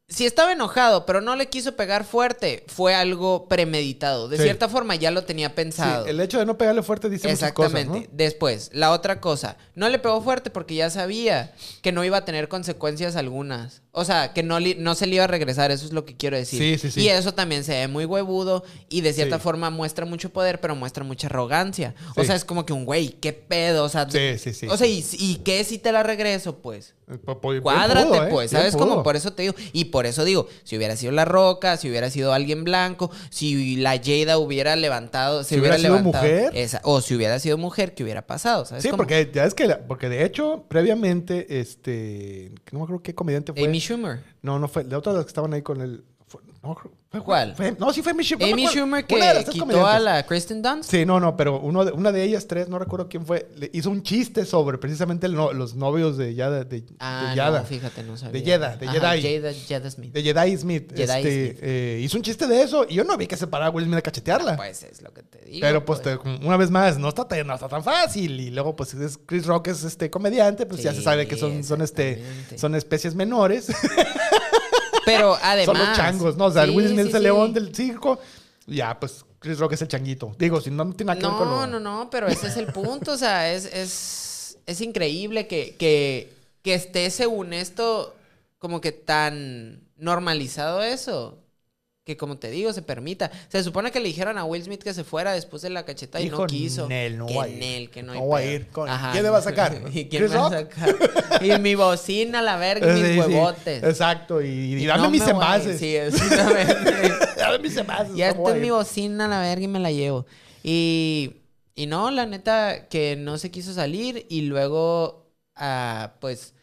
S2: si estaba enojado, pero no le quiso pegar fuerte, fue algo premeditado. De
S3: Sí.
S2: cierta forma ya lo tenía
S3: Sí,
S2: pensado.
S3: el hecho de no pegarle fuerte dice muchas cosas,
S2: Exactamente.
S3: ¿no?
S2: Después, la otra cosa, no le pegó fuerte porque ya sabía que no iba a tener consecuencias algunas. O sea, que no, li- no se le iba a regresar, eso es lo que quiero decir.
S3: Sí, sí, sí.
S2: Y eso también se ve muy huevudo y de cierta
S3: Sí.
S2: forma muestra mucho poder, pero muestra mucha arrogancia. O
S3: Sí.
S2: sea, es como que un güey, qué pedo. O sea,
S3: Sí, sí, sí.
S2: o sea, ¿y, y qué si te la regreso, pues?
S3: Po- po- bien
S2: Cuádrate,
S3: pudo, ¿eh?
S2: pues,
S3: Bien
S2: ¿sabes cómo?
S3: pudo.
S2: Por eso te digo. Y por eso digo, si hubiera sido La Roca, si hubiera sido alguien blanco, si la Jada hubiera levantado, si,
S3: Si hubiera
S2: hubiera,
S3: sido
S2: levantado
S3: mujer.
S2: esa- o si hubiera sido mujer, ¿qué hubiera pasado? ¿Sabes
S3: Sí,
S2: cómo?
S3: porque ya es que, la- porque de hecho, previamente, este, no me acuerdo qué comediante fue.
S2: Amy Schumer.
S3: No, no fue. La otra de las que estaban ahí con el. fue- no, creo- fue-
S2: ¿Cuál?
S3: fue- no, sí fue Amy Schumer. no me
S2: Amy
S3: acuerdo.
S2: Schumer
S3: Una de las
S2: que
S3: tres
S2: quitó a
S3: comediantes.
S2: la Kristen Dunst.
S3: Sí, no, no, pero uno de, una de ellas tres, no recuerdo quién fue, le hizo un chiste sobre precisamente el no- los novios de Yada. De,
S2: Ah,
S3: de Yada.
S2: no, fíjate, no sabía.
S3: Yeda, de
S2: Ajá,
S3: Jedi.
S2: Jada, Jada Smith.
S3: De Jedi Smith.
S2: Jedi
S3: este,
S2: Smith.
S3: eh, hizo un chiste de eso y yo no vi que se paraba Will Smith a cachetearla.
S2: Pues es lo que te digo.
S3: Pero pues te- una vez más, no está, tan, no está tan fácil. Y luego pues es- Chris Rock es este comediante, pues ya se
S2: Sí,
S3: sabe que son, son, este,
S2: exactamente.
S3: son especies menores.
S2: Pero además.
S3: son los changos, ¿no? O sea, el
S2: Sí,
S3: Will Smith
S2: sí,
S3: es el
S2: sí.
S3: león del circo. Ya, pues Chris Rock es el changuito. Digo, si no no tiene nada que ver con
S2: No,
S3: lo-
S2: no, no, pero ese es el punto, o sea, es, es, es increíble que, que, que esté según esto como que tan normalizado eso, que como te digo, se permita. Se supone que le dijeron a Will Smith que se fuera después de la cachetada y
S3: Dijo,
S2: no quiso.
S3: "Nel, no
S2: que
S3: voy a ir.
S2: Nel, que no,
S3: No
S2: hay
S3: voy a
S2: pedo".
S3: ir, con- ¿quién me va a sacar?
S2: ¿Y quién
S3: ¿Chris
S2: me va a
S3: Rock?
S2: sacar? Y mi bocina, la verga, y
S3: Eh, Sí,
S2: mis
S3: sí,
S2: huevotes.
S3: Exacto, y, y
S2: Y
S3: dame
S2: no
S3: mis
S2: me voy a ir,
S3: envases.
S2: Sí, exactamente.
S3: dame mis envases.
S2: Ya
S3: no voy
S2: esta
S3: a
S2: es mi
S3: ir.
S2: bocina, la verga, y me la llevo. Y, y no, la neta, que no se quiso salir y luego, ah, pues,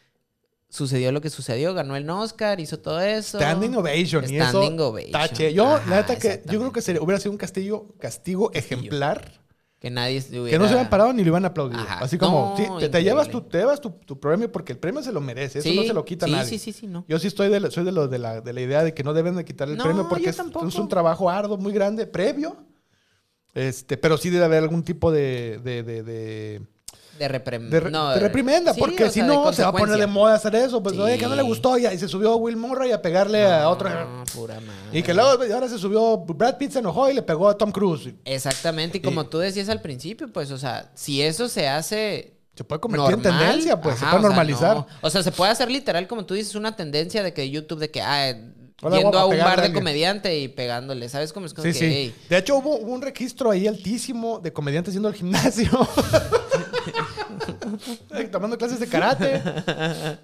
S2: sucedió lo que sucedió, ganó el Oscar, hizo todo eso.
S3: Standing ovation. y eso
S2: Standing ovation.
S3: Tache. Yo, la
S2: Ajá,
S3: neta, que yo creo que
S2: exactamente.
S3: sería- hubiera sido un castillo, castigo ejemplar.
S2: Que nadie estuviera...
S3: Que no se hubieran parado ni le hubieran aplaudido.
S2: Ajá.
S3: Así
S2: No,
S3: como, sí, te, te llevas, tu,
S2: increíble.
S3: te llevas tu, tu premio porque el premio se lo merece. Eso
S2: Sí,
S3: no se lo quita
S2: sí,
S3: nadie.
S2: Sí, sí, sí, no.
S3: Yo sí estoy de la, soy de, lo, de, la, de la idea de que no deben de quitarle el
S2: No,
S3: premio porque
S2: yo
S3: es,
S2: tampoco.
S3: es un trabajo arduo muy grande previo. Este, pero sí debe haber algún tipo de, de, de, de-
S2: De reprimenda.
S3: de re- de reprimenda, porque si no se va a poner de moda hacer eso. Pues
S2: Sí.
S3: oye, que no le gustó y, y se subió Will Murray a pegarle a otro.
S2: pura madre.
S3: Y que luego y ahora se subió Brad Pitt se enojó y le pegó a Tom Cruise.
S2: Exactamente, y como tú decías al principio, pues, o sea, si eso se hace
S3: Se puede convertir en
S2: normal,
S3: tendencia, pues, se
S2: ajá,
S3: puede
S2: o sea,
S3: normalizar.
S2: no. O sea, se puede hacer literal, como tú dices, una tendencia de que YouTube, de que, ah, eh,
S3: Hola,
S2: yendo
S3: guapa,
S2: a un
S3: pegarle
S2: bar
S3: a
S2: de
S3: alguien.
S2: comediante y pegándole, ¿sabes? Como es como
S3: Sí,
S2: que,
S3: sí.
S2: "Ey".
S3: De hecho, hubo, hubo un registro ahí altísimo de comediantes yendo al gimnasio. Tomando clases de karate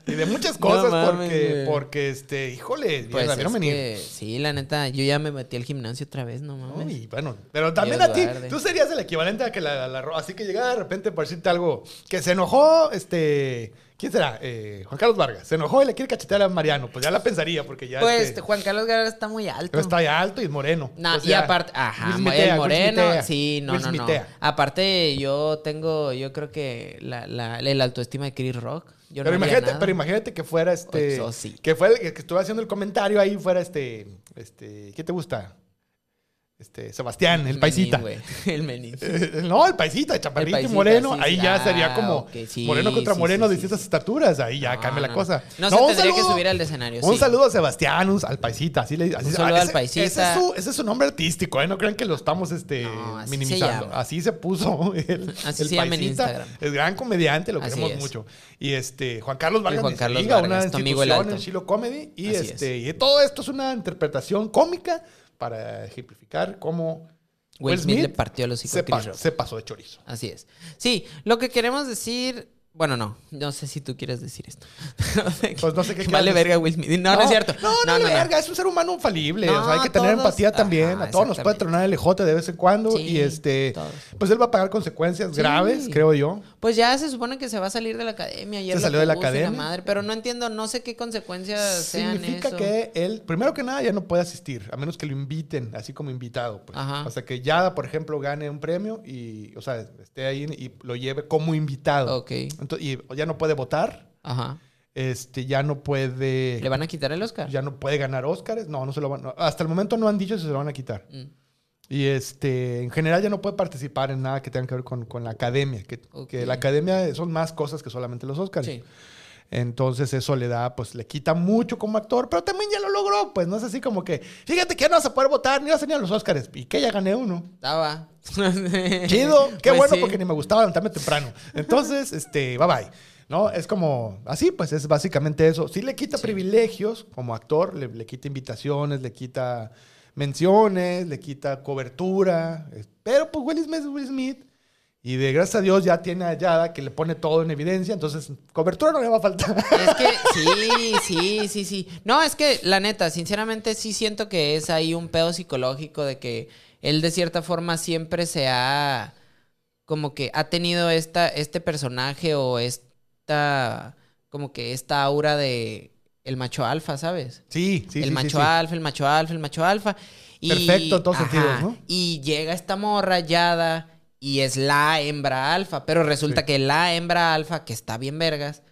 S3: y de muchas cosas
S2: mames,
S3: porque,
S2: güey.
S3: porque este, híjole,
S2: pues,
S3: la
S2: es
S3: vieron venir.
S2: que, sí, la neta, yo ya me metí al gimnasio otra vez, no mames.
S3: Uy, bueno, pero también
S2: Dios
S3: a ti,
S2: guarde.
S3: tú serías el equivalente a que la, la, la ro- así que llegara de repente por decirte algo que se enojó, este, ¿quién será? Eh, Juan Carlos Vargas, se enojó y le quiere cachetear a Mariano, pues ya la pensaría porque ya
S2: pues,
S3: este,
S2: Juan Carlos Guerrero está muy alto.
S3: está pues ya alto y moreno.
S2: Nah,
S3: O
S2: y
S3: sea,
S2: aparte, ajá,
S3: Will Smithea,
S2: el
S3: Will
S2: moreno,
S3: Smithea,
S2: sí, no,
S3: Will
S2: no, no.
S3: Smithea.
S2: Aparte, yo tengo, yo creo que la, la, el autoestima de Chris Rock. Yo
S3: pero,
S2: no haría
S3: imagínate,
S2: nada.
S3: pero imagínate que fuera este.
S2: Eso sí.
S3: Que fue el que, que estuvo haciendo el comentario ahí, fuera este. este ¿Qué te gusta? este, Sebastián, el paisita.
S2: Menín, Mm, güey. El menín.
S3: Eh, no, el paisita, chaparrito
S2: El
S3: y
S2: paisita,
S3: moreno.
S2: sí, sí.
S3: ahí ya
S2: Ah,
S3: sería como
S2: ok, sí,
S3: moreno contra
S2: sí,
S3: moreno
S2: sí,
S3: de
S2: sí,
S3: distintas
S2: sí.
S3: estaturas. Ahí ya cambia la
S2: Ah, no.
S3: cosa.
S2: No, se
S3: un
S2: tendría que
S3: saludo.
S2: subir al escenario.
S3: Un
S2: sí.
S3: saludo a Sebastián, un- al paisita. Así le, así-
S2: Un saludo al
S3: ese-
S2: paisita.
S3: Ese es, su, ese es su nombre artístico, ¿eh? No crean que lo estamos este,
S2: No, así se
S3: minimizando.
S2: llama.
S3: así se puso. El,
S2: Así
S3: el
S2: se llama en
S3: paisita.
S2: Instagram.
S3: Es gran comediante, lo
S2: Así
S3: queremos
S2: es.
S3: mucho. Y este, Juan Carlos Vargas,
S2: Juan
S3: de
S2: Carlos
S3: Liga, una
S2: Vargas, tu amigo el
S3: institución en
S2: alto.
S3: Chilo Comedy. Y,
S2: Así
S3: este, y todo esto es una interpretación cómica para ejemplificar cómo
S2: Will Smith le partió los hocico a
S3: se,
S2: Chris
S3: pa-
S2: Rock.
S3: se pasó de chorizo.
S2: Así es. Sí, lo que queremos decir. Bueno, no. No sé si tú quieres decir esto.
S3: Pues no sé qué
S2: Vale
S3: quieras
S2: verga, Will Smith. No, no, es cierto.
S3: No, no, no, verga, es un ser humano infalible.
S2: No,
S3: o sea, hay que tener
S2: todos-
S3: empatía también.
S2: Ajá,
S3: a todos nos puede
S2: exactamente.
S3: tronar el ejote de vez en cuando.
S2: Sí,
S3: y este,
S2: todos.
S3: pues él va a pagar consecuencias
S2: Sí.
S3: graves, creo yo.
S2: Pues ya se supone que se va a salir de la academia. Ayer
S3: Se
S2: lo
S3: salió de la
S2: puso y
S3: academia.
S2: madre, pero no entiendo, no sé qué consecuencias sean
S3: Significa
S2: eso.
S3: que él, primero que nada, ya no puede asistir, a menos que lo inviten, así como invitado. Pues.
S2: Ajá.
S3: O sea, que Yada, por ejemplo, gane un premio y, o sea, esté ahí y lo lleve como invitado.
S2: Ok.
S3: Entonces, y ya no puede votar,
S2: Ajá.
S3: este, ya no puede...
S2: ¿Le van a quitar el Oscar?
S3: Ya no puede ganar Óscares. No, no se lo van. no, hasta el momento no han dicho si se lo van a quitar.
S2: Mm.
S3: Y este, en general ya no puede participar en nada que tenga que ver con, con la academia. Que,
S2: Ok.
S3: que la academia son más cosas que solamente los Óscares.
S2: Sí.
S3: Entonces eso le da, pues le quita mucho como actor, pero también ya lo logró. Pues no es así como que, fíjate que ya no vas a poder votar, ni vas a ni a los Óscares. Y que ya gané uno.
S2: Estaba.
S3: Chido, qué
S2: Ah, Pues
S3: bueno
S2: sí.
S3: porque ni me gustaba levantarme temprano. Entonces, este, bye bye. ¿No? Es como, así pues es básicamente eso. Sí le quita privilegios como actor, le, le quita invitaciones, le quita menciones, le quita cobertura. Es- Pero pues Will Smith es Will Smith. Y de gracias a Dios ya tiene a Yada que le pone todo en evidencia. Entonces, cobertura no le va a faltar.
S2: Es que sí, sí, sí, sí. No, es que la neta, sinceramente sí siento que es ahí un pedo psicológico de que él de cierta forma siempre se ha como que ha tenido esta este personaje o esta como que esta aura de el macho alfa, ¿sabes?
S3: Sí, sí, sí,
S2: el
S3: sí,
S2: macho
S3: sí.
S2: alfa, el macho alfa, el macho alfa. Y,
S3: Perfecto en todos sentidos, ¿no?
S2: Y llega esta morra Yada y es la hembra alfa, pero resulta
S3: Sí.
S2: que la hembra alfa, que está bien vergas,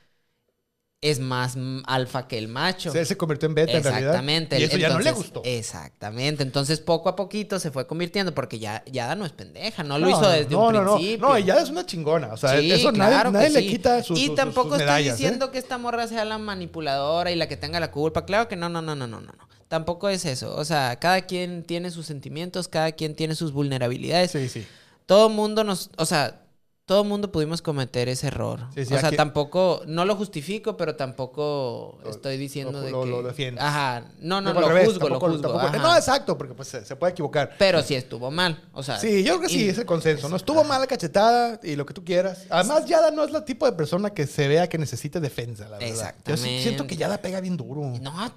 S2: es más mm, alfa que el macho.
S3: Se, se convirtió en beta en realidad.
S2: Exactamente.
S3: Y eso ya no le
S2: Entonces, eh,
S3: gustó.
S2: Exactamente. Entonces poco a poquito se fue convirtiendo porque ya Yada no es pendeja, no, lo
S3: No,
S2: hizo
S3: no,
S2: desde
S3: no,
S2: un
S3: no, no.
S2: principio.
S3: No, y Yada es una chingona. O sea,
S2: Sí,
S3: eso nadie-
S2: claro que
S3: nadie, le
S2: sí.
S3: quita sus
S2: Y
S3: sus-
S2: tampoco
S3: sus
S2: estoy
S3: medallas, ¿eh?
S2: diciendo que esta morra sea la manipuladora y la que tenga la culpa. Claro que no, no, no, no, no, no. no. Tampoco es eso. O sea, cada quien tiene sus sentimientos, cada quien tiene sus vulnerabilidades.
S3: Sí, sí.
S2: Todo mundo nos, o sea, todo mundo pudimos cometer ese error.
S3: Sí, sí,
S2: o sea,
S3: aquí-
S2: tampoco, no lo justifico, pero tampoco estoy diciendo
S3: lo-
S2: de
S3: lo-
S2: que.
S3: lo defiendes.
S2: Ajá. No, no,
S3: Digo,
S2: lo
S3: al revés,
S2: juzgo, lo
S3: tampoco-
S2: juzgo.
S3: tampoco-
S2: ajá.
S3: No, exacto, porque pues se, se puede equivocar.
S2: Pero sí estuvo mal. O sea.
S3: Sí, yo creo que sí,
S2: y- pues,
S3: es el consenso. No estuvo mala cachetada y lo que tú quieras. Además, Yada no es la tipo de persona que se vea que necesite defensa, la verdad. Yo sí
S2: Exactamente.
S3: siento que Yada pega bien duro.
S2: No,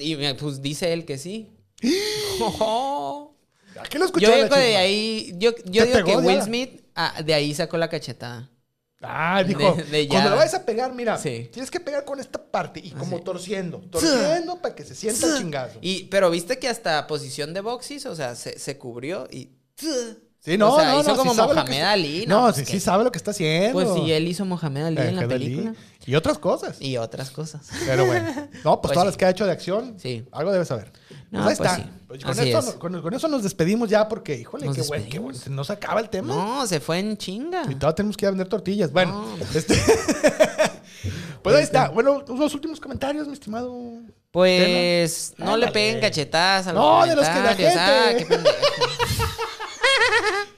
S2: y me- pues dice él que sí.
S3: ¿A qué lo escuché?
S2: Yo digo de ahí, yo, yo
S3: ¿Te
S2: digo
S3: pegó,
S2: que Will
S3: Diana?
S2: Smith ah, de ahí sacó la cachetada.
S3: Ah, dijo,
S2: de- de
S3: cuando
S2: Yada.
S3: lo vayas a pegar, mira,
S2: Sí.
S3: tienes que pegar con esta parte y como
S2: Así.
S3: torciendo. Torciendo para que se sienta el chingazo.
S2: Y, pero viste que hasta posición de boxis, o sea, se, se cubrió y.
S3: Sí, no,
S2: o sea,
S3: no, no,
S2: hizo
S3: sí
S2: como
S3: sabe lo que
S2: Mohamed
S3: está-
S2: Ali.
S3: No,
S2: pues
S3: sí,
S2: que-
S3: sí sabe lo que está haciendo.
S2: Pues sí, él hizo Mohamed Ali en la
S3: Mohamed Ali.
S2: película.
S3: Y otras cosas.
S2: Y otras cosas.
S3: Pero bueno. No, pues,
S2: Pues
S3: todas
S2: sí.
S3: las que ha hecho de acción,
S2: Sí.
S3: algo debe saber.
S2: No,
S3: pues ahí
S2: pues
S3: está.
S2: sí.
S3: Pues Con,
S2: Así
S3: esto,
S2: es.
S3: no- con, con eso nos despedimos ya porque, híjole,
S2: Nos
S3: qué bueno, qué bueno.
S2: despedimos.
S3: No se acaba el tema.
S2: No, se fue en chinga.
S3: Y todavía tenemos que ir a vender tortillas. Bueno,
S2: No. Este.
S3: este... pues ahí está. Bueno, los últimos comentarios, mi estimado.
S2: Pues no le
S3: Ándale.
S2: peguen cachetadas a los
S3: No, de los que la
S2: comentarios. Ah,
S3: gente-
S2: qué pendejo.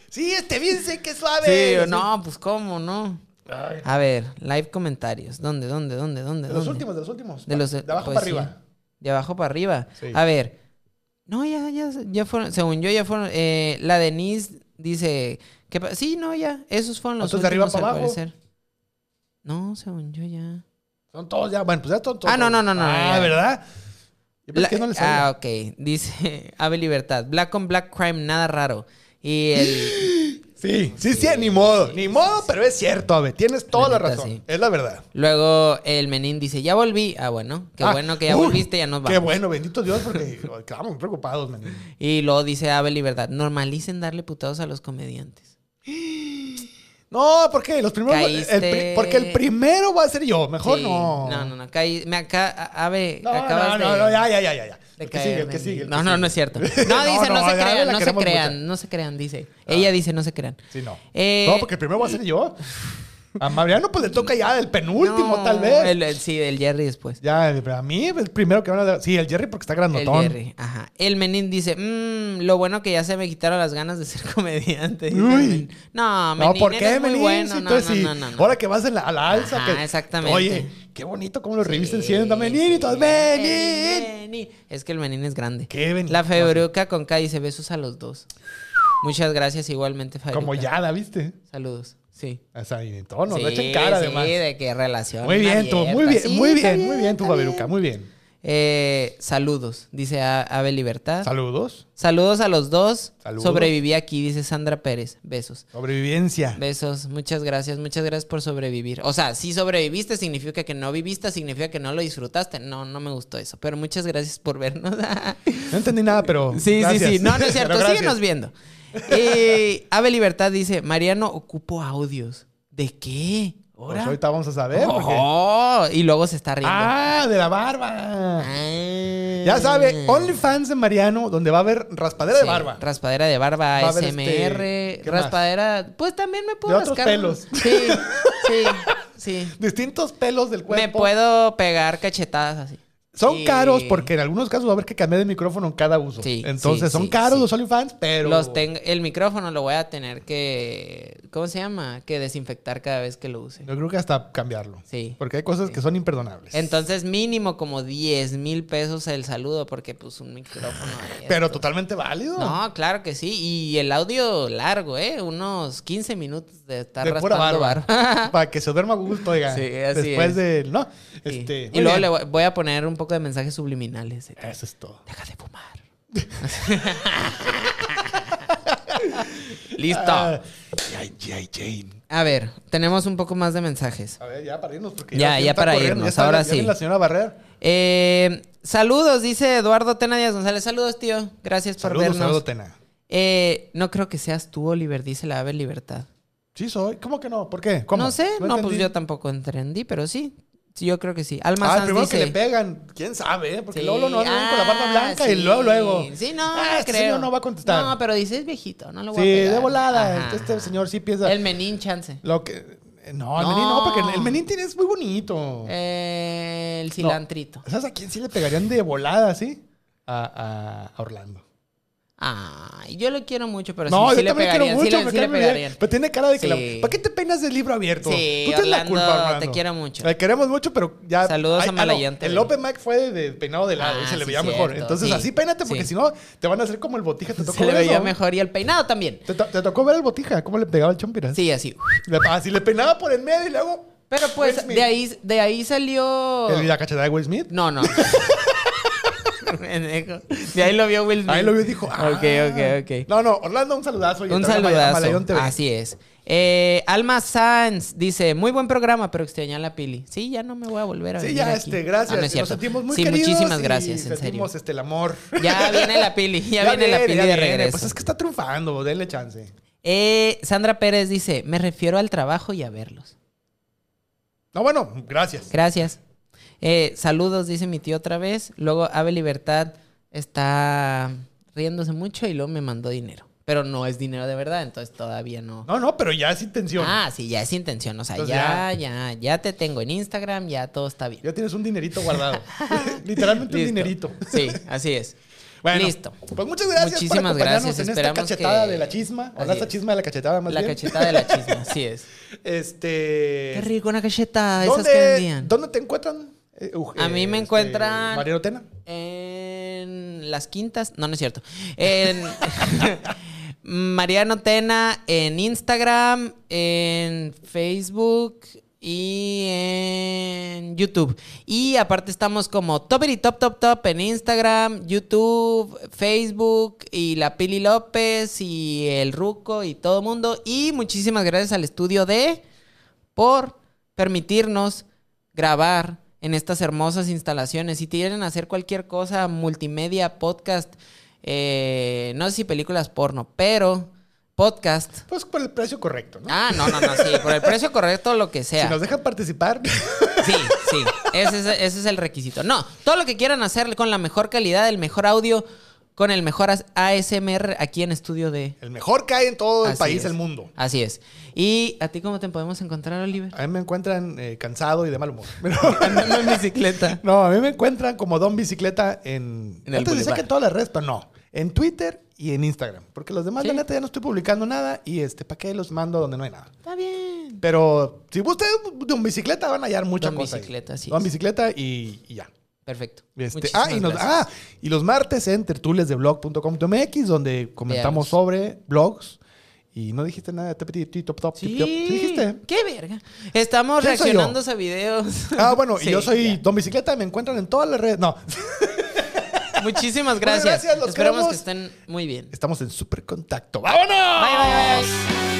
S3: Sí, este bien sé que es suave.
S2: Sí, o
S3: Así.
S2: no, pues cómo, ¿no?
S3: Ay.
S2: A ver, live comentarios. ¿Dónde, dónde, dónde, dónde?
S3: De los
S2: dónde?
S3: últimos, de los últimos.
S2: De los
S3: de abajo
S2: pues
S3: para
S2: sí.
S3: arriba.
S2: De abajo para arriba.
S3: Sí.
S2: A ver. No, ya, ya, ya fueron. Según yo, ya fueron. eh, la Denise dice. ¿qué pa- sí, no, ya. Esos fueron los
S3: Entonces, de arriba
S2: últimos,
S3: para
S2: al
S3: abajo.
S2: parecer. No, según yo ya.
S3: Son todos ya. Bueno, pues ya son todos.
S2: Ah, no, no, no, no,
S3: Ah,
S2: ya.
S3: ¿verdad? Yo pensé
S2: La-
S3: que no les sabía.
S2: ah, ok. Dice Ave Libertad. Black on Black Crime, nada raro. Y el.
S3: Sí, sí, sí, ni modo, ni modo, pero es cierto, Abe, tienes toda la,
S2: La neta,
S3: razón,
S2: sí.
S3: es la verdad.
S2: luego el Menín dice: Ya volví. Ah, bueno. Qué
S3: Ah,
S2: bueno que ya
S3: uy,
S2: volviste, ya nos vamos.
S3: Qué bueno, bendito Dios, porque estábamos preocupados, man.
S2: Y luego dice Ave Libertad: Normalicen darle putados a los comediantes.
S3: No, ¿por qué? Los primeros.
S2: Caíste.
S3: el pri- porque el primero va a ser yo. Mejor
S2: Sí.
S3: no.
S2: No, no, no. Caí, me acá, a- Ave,
S3: No,
S2: acabas
S3: no, no,
S2: de,
S3: no, ya, ya, ya, ya. ya.
S2: de
S3: El que sigue, el
S2: caerme
S3: que
S2: en mí.
S3: sigue. el que
S2: No, no,
S3: sigue.
S2: no es cierto. No, dice, no,
S3: a
S2: se
S3: Diana
S2: crean,
S3: la
S2: no se
S3: queremos
S2: crean,
S3: mucho. Ah.
S2: no se crean, dice. Ella dice, no se crean.
S3: Sí, no.
S2: Eh,
S3: no, porque el primero va a ser yo. A Mariano, pues le toca ya el penúltimo,
S2: no,
S3: tal vez.
S2: el- el- sí, del Jerry después.
S3: Ya, pero a mí el primero que van a dar. Sí, el Jerry porque está
S2: El
S3: grandotón.
S2: Jerry, ajá. El Menin dice, mmm, lo bueno que ya se me quitaron las ganas de ser comediante. dice
S3: Uy.
S2: el Menin. No,
S3: No,
S2: Menin,
S3: ¿por qué,
S2: eres muy
S3: Menin?
S2: bueno.
S3: Sí,
S2: No,
S3: entonces, sí.
S2: no, no, no, no.
S3: Ahora que vas en la, a la alza.
S2: Ajá,
S3: que-
S2: exactamente.
S3: Oye, qué bonito cómo lo revisten
S2: Sí,
S3: siendo Menin y todos.
S2: sí.
S3: ¡Menin!
S2: Menin. Es que el Menin es grande.
S3: ¿Qué Menin?
S2: La Februca con K dice, besos a los dos. Muchas gracias igualmente, Februca.
S3: Como Yada, ¿viste?
S2: Saludos, sí.
S3: O sea, y en tono,
S2: sí,
S3: no echen cara
S2: sí,
S3: además.
S2: de qué relación.
S3: Muy bien, tú, muy
S2: abierta.
S3: bien,
S2: Sí,
S3: muy
S2: está
S3: bien, muy bien, tu
S2: está
S3: Babiruca, muy bien.
S2: Eh, saludos, dice A- Ave Libertad.
S3: Saludos.
S2: Saludos a los dos.
S3: Saludos.
S2: Sobreviví aquí, dice Sandra Pérez. Besos.
S3: Sobrevivencia.
S2: Besos, muchas gracias, muchas gracias por sobrevivir. O sea, si sobreviviste significa que no viviste, significa que no lo disfrutaste. No, no me gustó eso, pero muchas gracias por vernos.
S3: No entendí nada, pero.
S2: sí,
S3: gracias.
S2: sí, sí, no, no es cierto,
S3: Pero gracias.
S2: síguenos viendo. Eh, Ave Libertad dice, Mariano, ocupo audios. ¿De qué?
S3: Pues
S2: ¿Hora?
S3: ahorita vamos a saber. porque-
S2: Oh, y luego se está riendo.
S3: Ah, de la barba.
S2: Ah.
S3: Ya sabe, OnlyFans de Mariano, donde va a haber raspadera
S2: Sí,
S3: de barba.
S2: Raspadera de barba,
S3: Va a haber,
S2: SMR,
S3: este, ¿qué más?
S2: raspadera. Pues también me puedo
S3: De otros
S2: rascar.
S3: pelos.
S2: Sí, sí, sí.
S3: Distintos pelos del cuerpo.
S2: Me puedo pegar cachetadas así.
S3: Son
S2: Y-
S3: caros porque en algunos casos va a haber que cambiar el micrófono en cada uso.
S2: Sí,
S3: Entonces
S2: sí,
S3: son
S2: sí,
S3: caros
S2: sí.
S3: los OnlyFans, pero.
S2: Los tengo, el micrófono lo voy a tener que. ¿Cómo se llama? Que desinfectar cada vez que lo use.
S3: Yo creo que hasta cambiarlo.
S2: Sí.
S3: Porque hay cosas que son imperdonables.
S2: Entonces, mínimo como 10 mil pesos el saludo, porque pues un micrófono. ahí es
S3: pero
S2: todo.
S3: totalmente válido.
S2: No, claro que sí. Y el audio largo, ¿eh? Unos 15 minutos de estar
S3: de pura
S2: raspando
S3: barba. Para que se duerma a gusto, oiga.
S2: Sí, así
S3: Después
S2: es.
S3: de. No.
S2: Sí.
S3: Este, Eh.
S2: y
S3: muy
S2: luego
S3: bien.
S2: le voy- voy a poner un poco de mensajes subliminales. de,
S3: Eso es todo.
S2: Deja de fumar. Listo.
S3: Ah, Ay, ay, Jane.
S2: A ver, tenemos un poco más de mensajes.
S3: A ver, ya para irnos. Porque
S2: Ya,
S3: sí
S2: ya
S3: está
S2: para
S3: corriendo,
S2: irnos,
S3: está-
S2: ahora
S3: ya
S2: sí.
S3: viene la señora Barrer.
S2: Eh, saludos, dice Eduardo Tena Díaz González. Saludos, tío. Gracias por
S3: Saludos,
S2: vernos.
S3: saludos, Tena.
S2: Eh, no creo que seas tú, Oliver, dice la Ave Libertad.
S3: Sí, soy. ¿Cómo que no? ¿Por qué? ¿Cómo?
S2: No sé, no, pues
S3: entendí.
S2: yo tampoco entendí, pero sí. Sí, Yo creo que sí. Alma
S3: Ah,
S2: Sanz
S3: primero que
S2: dice-
S3: le pegan. ¿Quién sabe? eh? Porque
S2: Sí.
S3: luego lo no van a venir con la barba
S2: Ah,
S3: blanca y
S2: sí.
S3: luego luego.
S2: Sí, no,
S3: Ah,
S2: no
S3: este
S2: creo.
S3: señor no va a contestar.
S2: No, pero dice es viejito, no lo voy
S3: sí,
S2: a pegar.
S3: de volada.
S2: Ajá.
S3: Este señor sí piensa.
S2: El menín chance.
S3: Lo que. eh, No, el
S2: No.
S3: menín no, porque el- el menín tiene- es muy bonito.
S2: Eh, el cilantrito.
S3: ¿Sabes a quién sí le pegarían de volada, sí? A, a- a Orlando.
S2: Ay, yo lo quiero mucho, pero sí,
S3: no,
S2: sí
S3: yo
S2: le
S3: también
S2: pegarían.
S3: quiero mucho,
S2: sí, le-
S3: me
S2: sí le
S3: cae muy bien.
S2: pegarían.
S3: Pero tiene cara de que.
S2: Sí.
S3: la- ¿Para qué te peinas del libro abierto?
S2: Sí,
S3: Tú tienes la
S2: Orlando,
S3: culpa, Orlando.
S2: te quiero mucho.
S3: Te queremos mucho, pero ya.
S2: Saludos a
S3: ah, no,
S2: Malayante,
S3: El
S2: güey.
S3: Open Mic fue de, de peinado de lado
S2: Ah,
S3: y se le
S2: sí,
S3: veía mejor.
S2: cierto,
S3: Entonces,
S2: sí.
S3: así peínate, porque
S2: Sí.
S3: si no, te van a hacer como el botija. ¿Te tocó
S2: Se le
S3: ver
S2: veía
S3: eso?
S2: mejor y el peinado también.
S3: ¿Te, to- te tocó ver el botija? ¿Cómo le pegaba el chompiras?
S2: Sí, así.
S3: Le- así le peinaba por el medio y luego.
S2: Pero
S3: Will
S2: pues
S3: Smith.
S2: de ahí, de ahí salió.
S3: El- La cachetada de Will
S2: No,
S3: Smith.
S2: no. Pendejo. de ahí lo vio Will Smith.
S3: Ahí lo vio y dijo. Ah.
S2: Ok, ok, ok.
S3: No, no, Orlando, un saludazo. oye,
S2: Un
S3: también a Mala- a
S2: saludazo. Ah,
S3: Malayón TV.
S2: Así es. Eh, Alma Sanz dice, muy buen programa, pero extrañé a la Pili. Sí, ya no me voy a volver a
S3: Sí,
S2: venir
S3: ya,
S2: aquí.
S3: este, gracias.
S2: Ah, no es
S3: Nos
S2: cierto.
S3: sentimos muy
S2: Sí,
S3: queridos.
S2: muchísimas
S3: y
S2: gracias, en serio.
S3: sentimos, este, el amor.
S2: Ya viene la Pili, ya, viene, la Pili
S3: ya
S2: de
S3: viene.
S2: regreso.
S3: Pues es que está triunfando, denle chance.
S2: Eh, Sandra Pérez dice, me refiero al trabajo y a verlos.
S3: No, bueno, gracias.
S2: Gracias. Eh, saludos, dice mi tío otra vez. Luego Ave Libertad está riéndose mucho y luego me mandó dinero. Pero no es dinero de verdad, entonces todavía no.
S3: No, no, pero ya es intención.
S2: Ah, sí, ya es intención. O sea,
S3: Entonces,
S2: ya, ya, ya te tengo en Instagram, ya todo está bien.
S3: Ya tienes un dinerito guardado. Literalmente un
S2: Listo.
S3: dinerito.
S2: Sí, así es.
S3: Bueno,
S2: Listo.
S3: Pues muchas gracias por
S2: Muchísimas
S3: acompañarnos
S2: gracias,
S3: en esta
S2: esperamos
S3: cachetada
S2: que-
S3: de la chisma. O
S2: Así
S3: en esta
S2: es.
S3: chisma de la cachetada, más
S2: La
S3: bien.
S2: cachetada de la chisma, así es. Qué
S3: Este.
S2: rico una cachetada, esas que
S3: ¿Dónde,
S2: vendían.
S3: ¿Dónde te encuentran? Eh, Uj-
S2: A mí me encuentran-
S3: Mariano Tena.
S2: En las quintas, no, no es cierto. En Mariano Tena en Instagram, en Facebook y en YouTube. Y aparte estamos como Topper y Top Top Top en Instagram, YouTube, Facebook y la Pili López y el Ruco y todo mundo. Y muchísimas gracias al estudio de por permitirnos grabar en estas hermosas instalaciones. Si quieren hacer cualquier cosa, multimedia, podcast, eh, no sé si películas porno, pero podcast.
S3: Pues por el precio correcto, ¿no?
S2: Ah, no, no, no, sí, por el precio correcto, lo que sea.
S3: Si nos dejan participar,
S2: Sí, sí. Ese es, ese es el requisito. No, todo lo que quieran hacer con la mejor calidad, el mejor audio, con el mejor as- ASMR aquí en estudio de.
S3: el mejor cae en todo el
S2: Así
S3: país,
S2: es.
S3: el mundo.
S2: Así es. ¿Y a ti cómo te podemos encontrar, Oliver?
S3: A mí me encuentran eh, cansado y de mal humor. Pero-
S2: Andando en bicicleta.
S3: no, a mí me encuentran como Don Bicicleta en...
S2: En el
S3: antes decía
S2: Boulevard.
S3: que en todas las redes, pero no. En Twitter y en Instagram. Porque los demás,
S2: Sí.
S3: la neta, ya no estoy publicando nada. Y este, ¿para qué los mando donde no hay nada?
S2: Está bien.
S3: Pero si ustedes Don Bicicleta van a hallar mucha
S2: Don
S3: cosa ahí.
S2: Bicicleta, así
S3: Don
S2: es.
S3: Bicicleta y, y ya.
S2: Perfecto.
S3: Este,
S2: Muchísimas
S3: ah, y nos-
S2: gracias.
S3: ah, y los martes en tertuliasdeblog.com.mx, donde comentamos
S2: Veamos.
S3: sobre blogs. Y no dijiste nada, te pedí ti, top, top,
S2: Sí.
S3: tip, top. ¿Sí dijiste?
S2: Qué verga. Estamos
S3: ¿Quién soy yo?
S2: reaccionando a videos.
S3: Ah, bueno,
S2: Sí,
S3: y yo
S2: ya.
S3: soy Don Bicicleta, me encuentran en todas las redes. No,
S2: Muchísimas
S3: Bueno,
S2: gracias.
S3: gracias, los
S2: Esperamos que
S3: queremos.
S2: estén muy bien.
S3: estamos en super contacto. ¡Vámonos!
S2: Bye, bye, bye.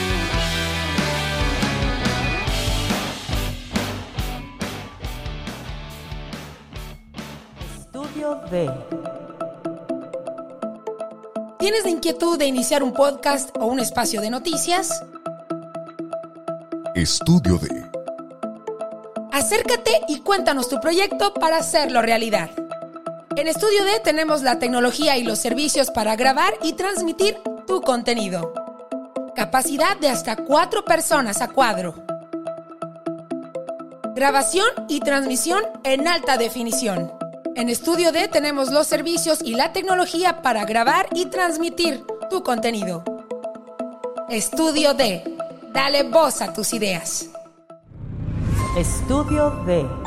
S1: Estudio B.
S4: ¿Tienes la inquietud de iniciar un podcast o un espacio de noticias?
S5: Estudio de
S4: Acércate y cuéntanos tu proyecto para hacerlo realidad. En Estudio D tenemos la tecnología y los servicios para grabar y transmitir tu contenido. Capacidad de hasta cuatro personas a cuadro. Grabación y transmisión en alta definición. En Estudio D tenemos los servicios y la tecnología para grabar y transmitir tu contenido. Estudio D. Dale voz a tus ideas.
S1: Estudio B.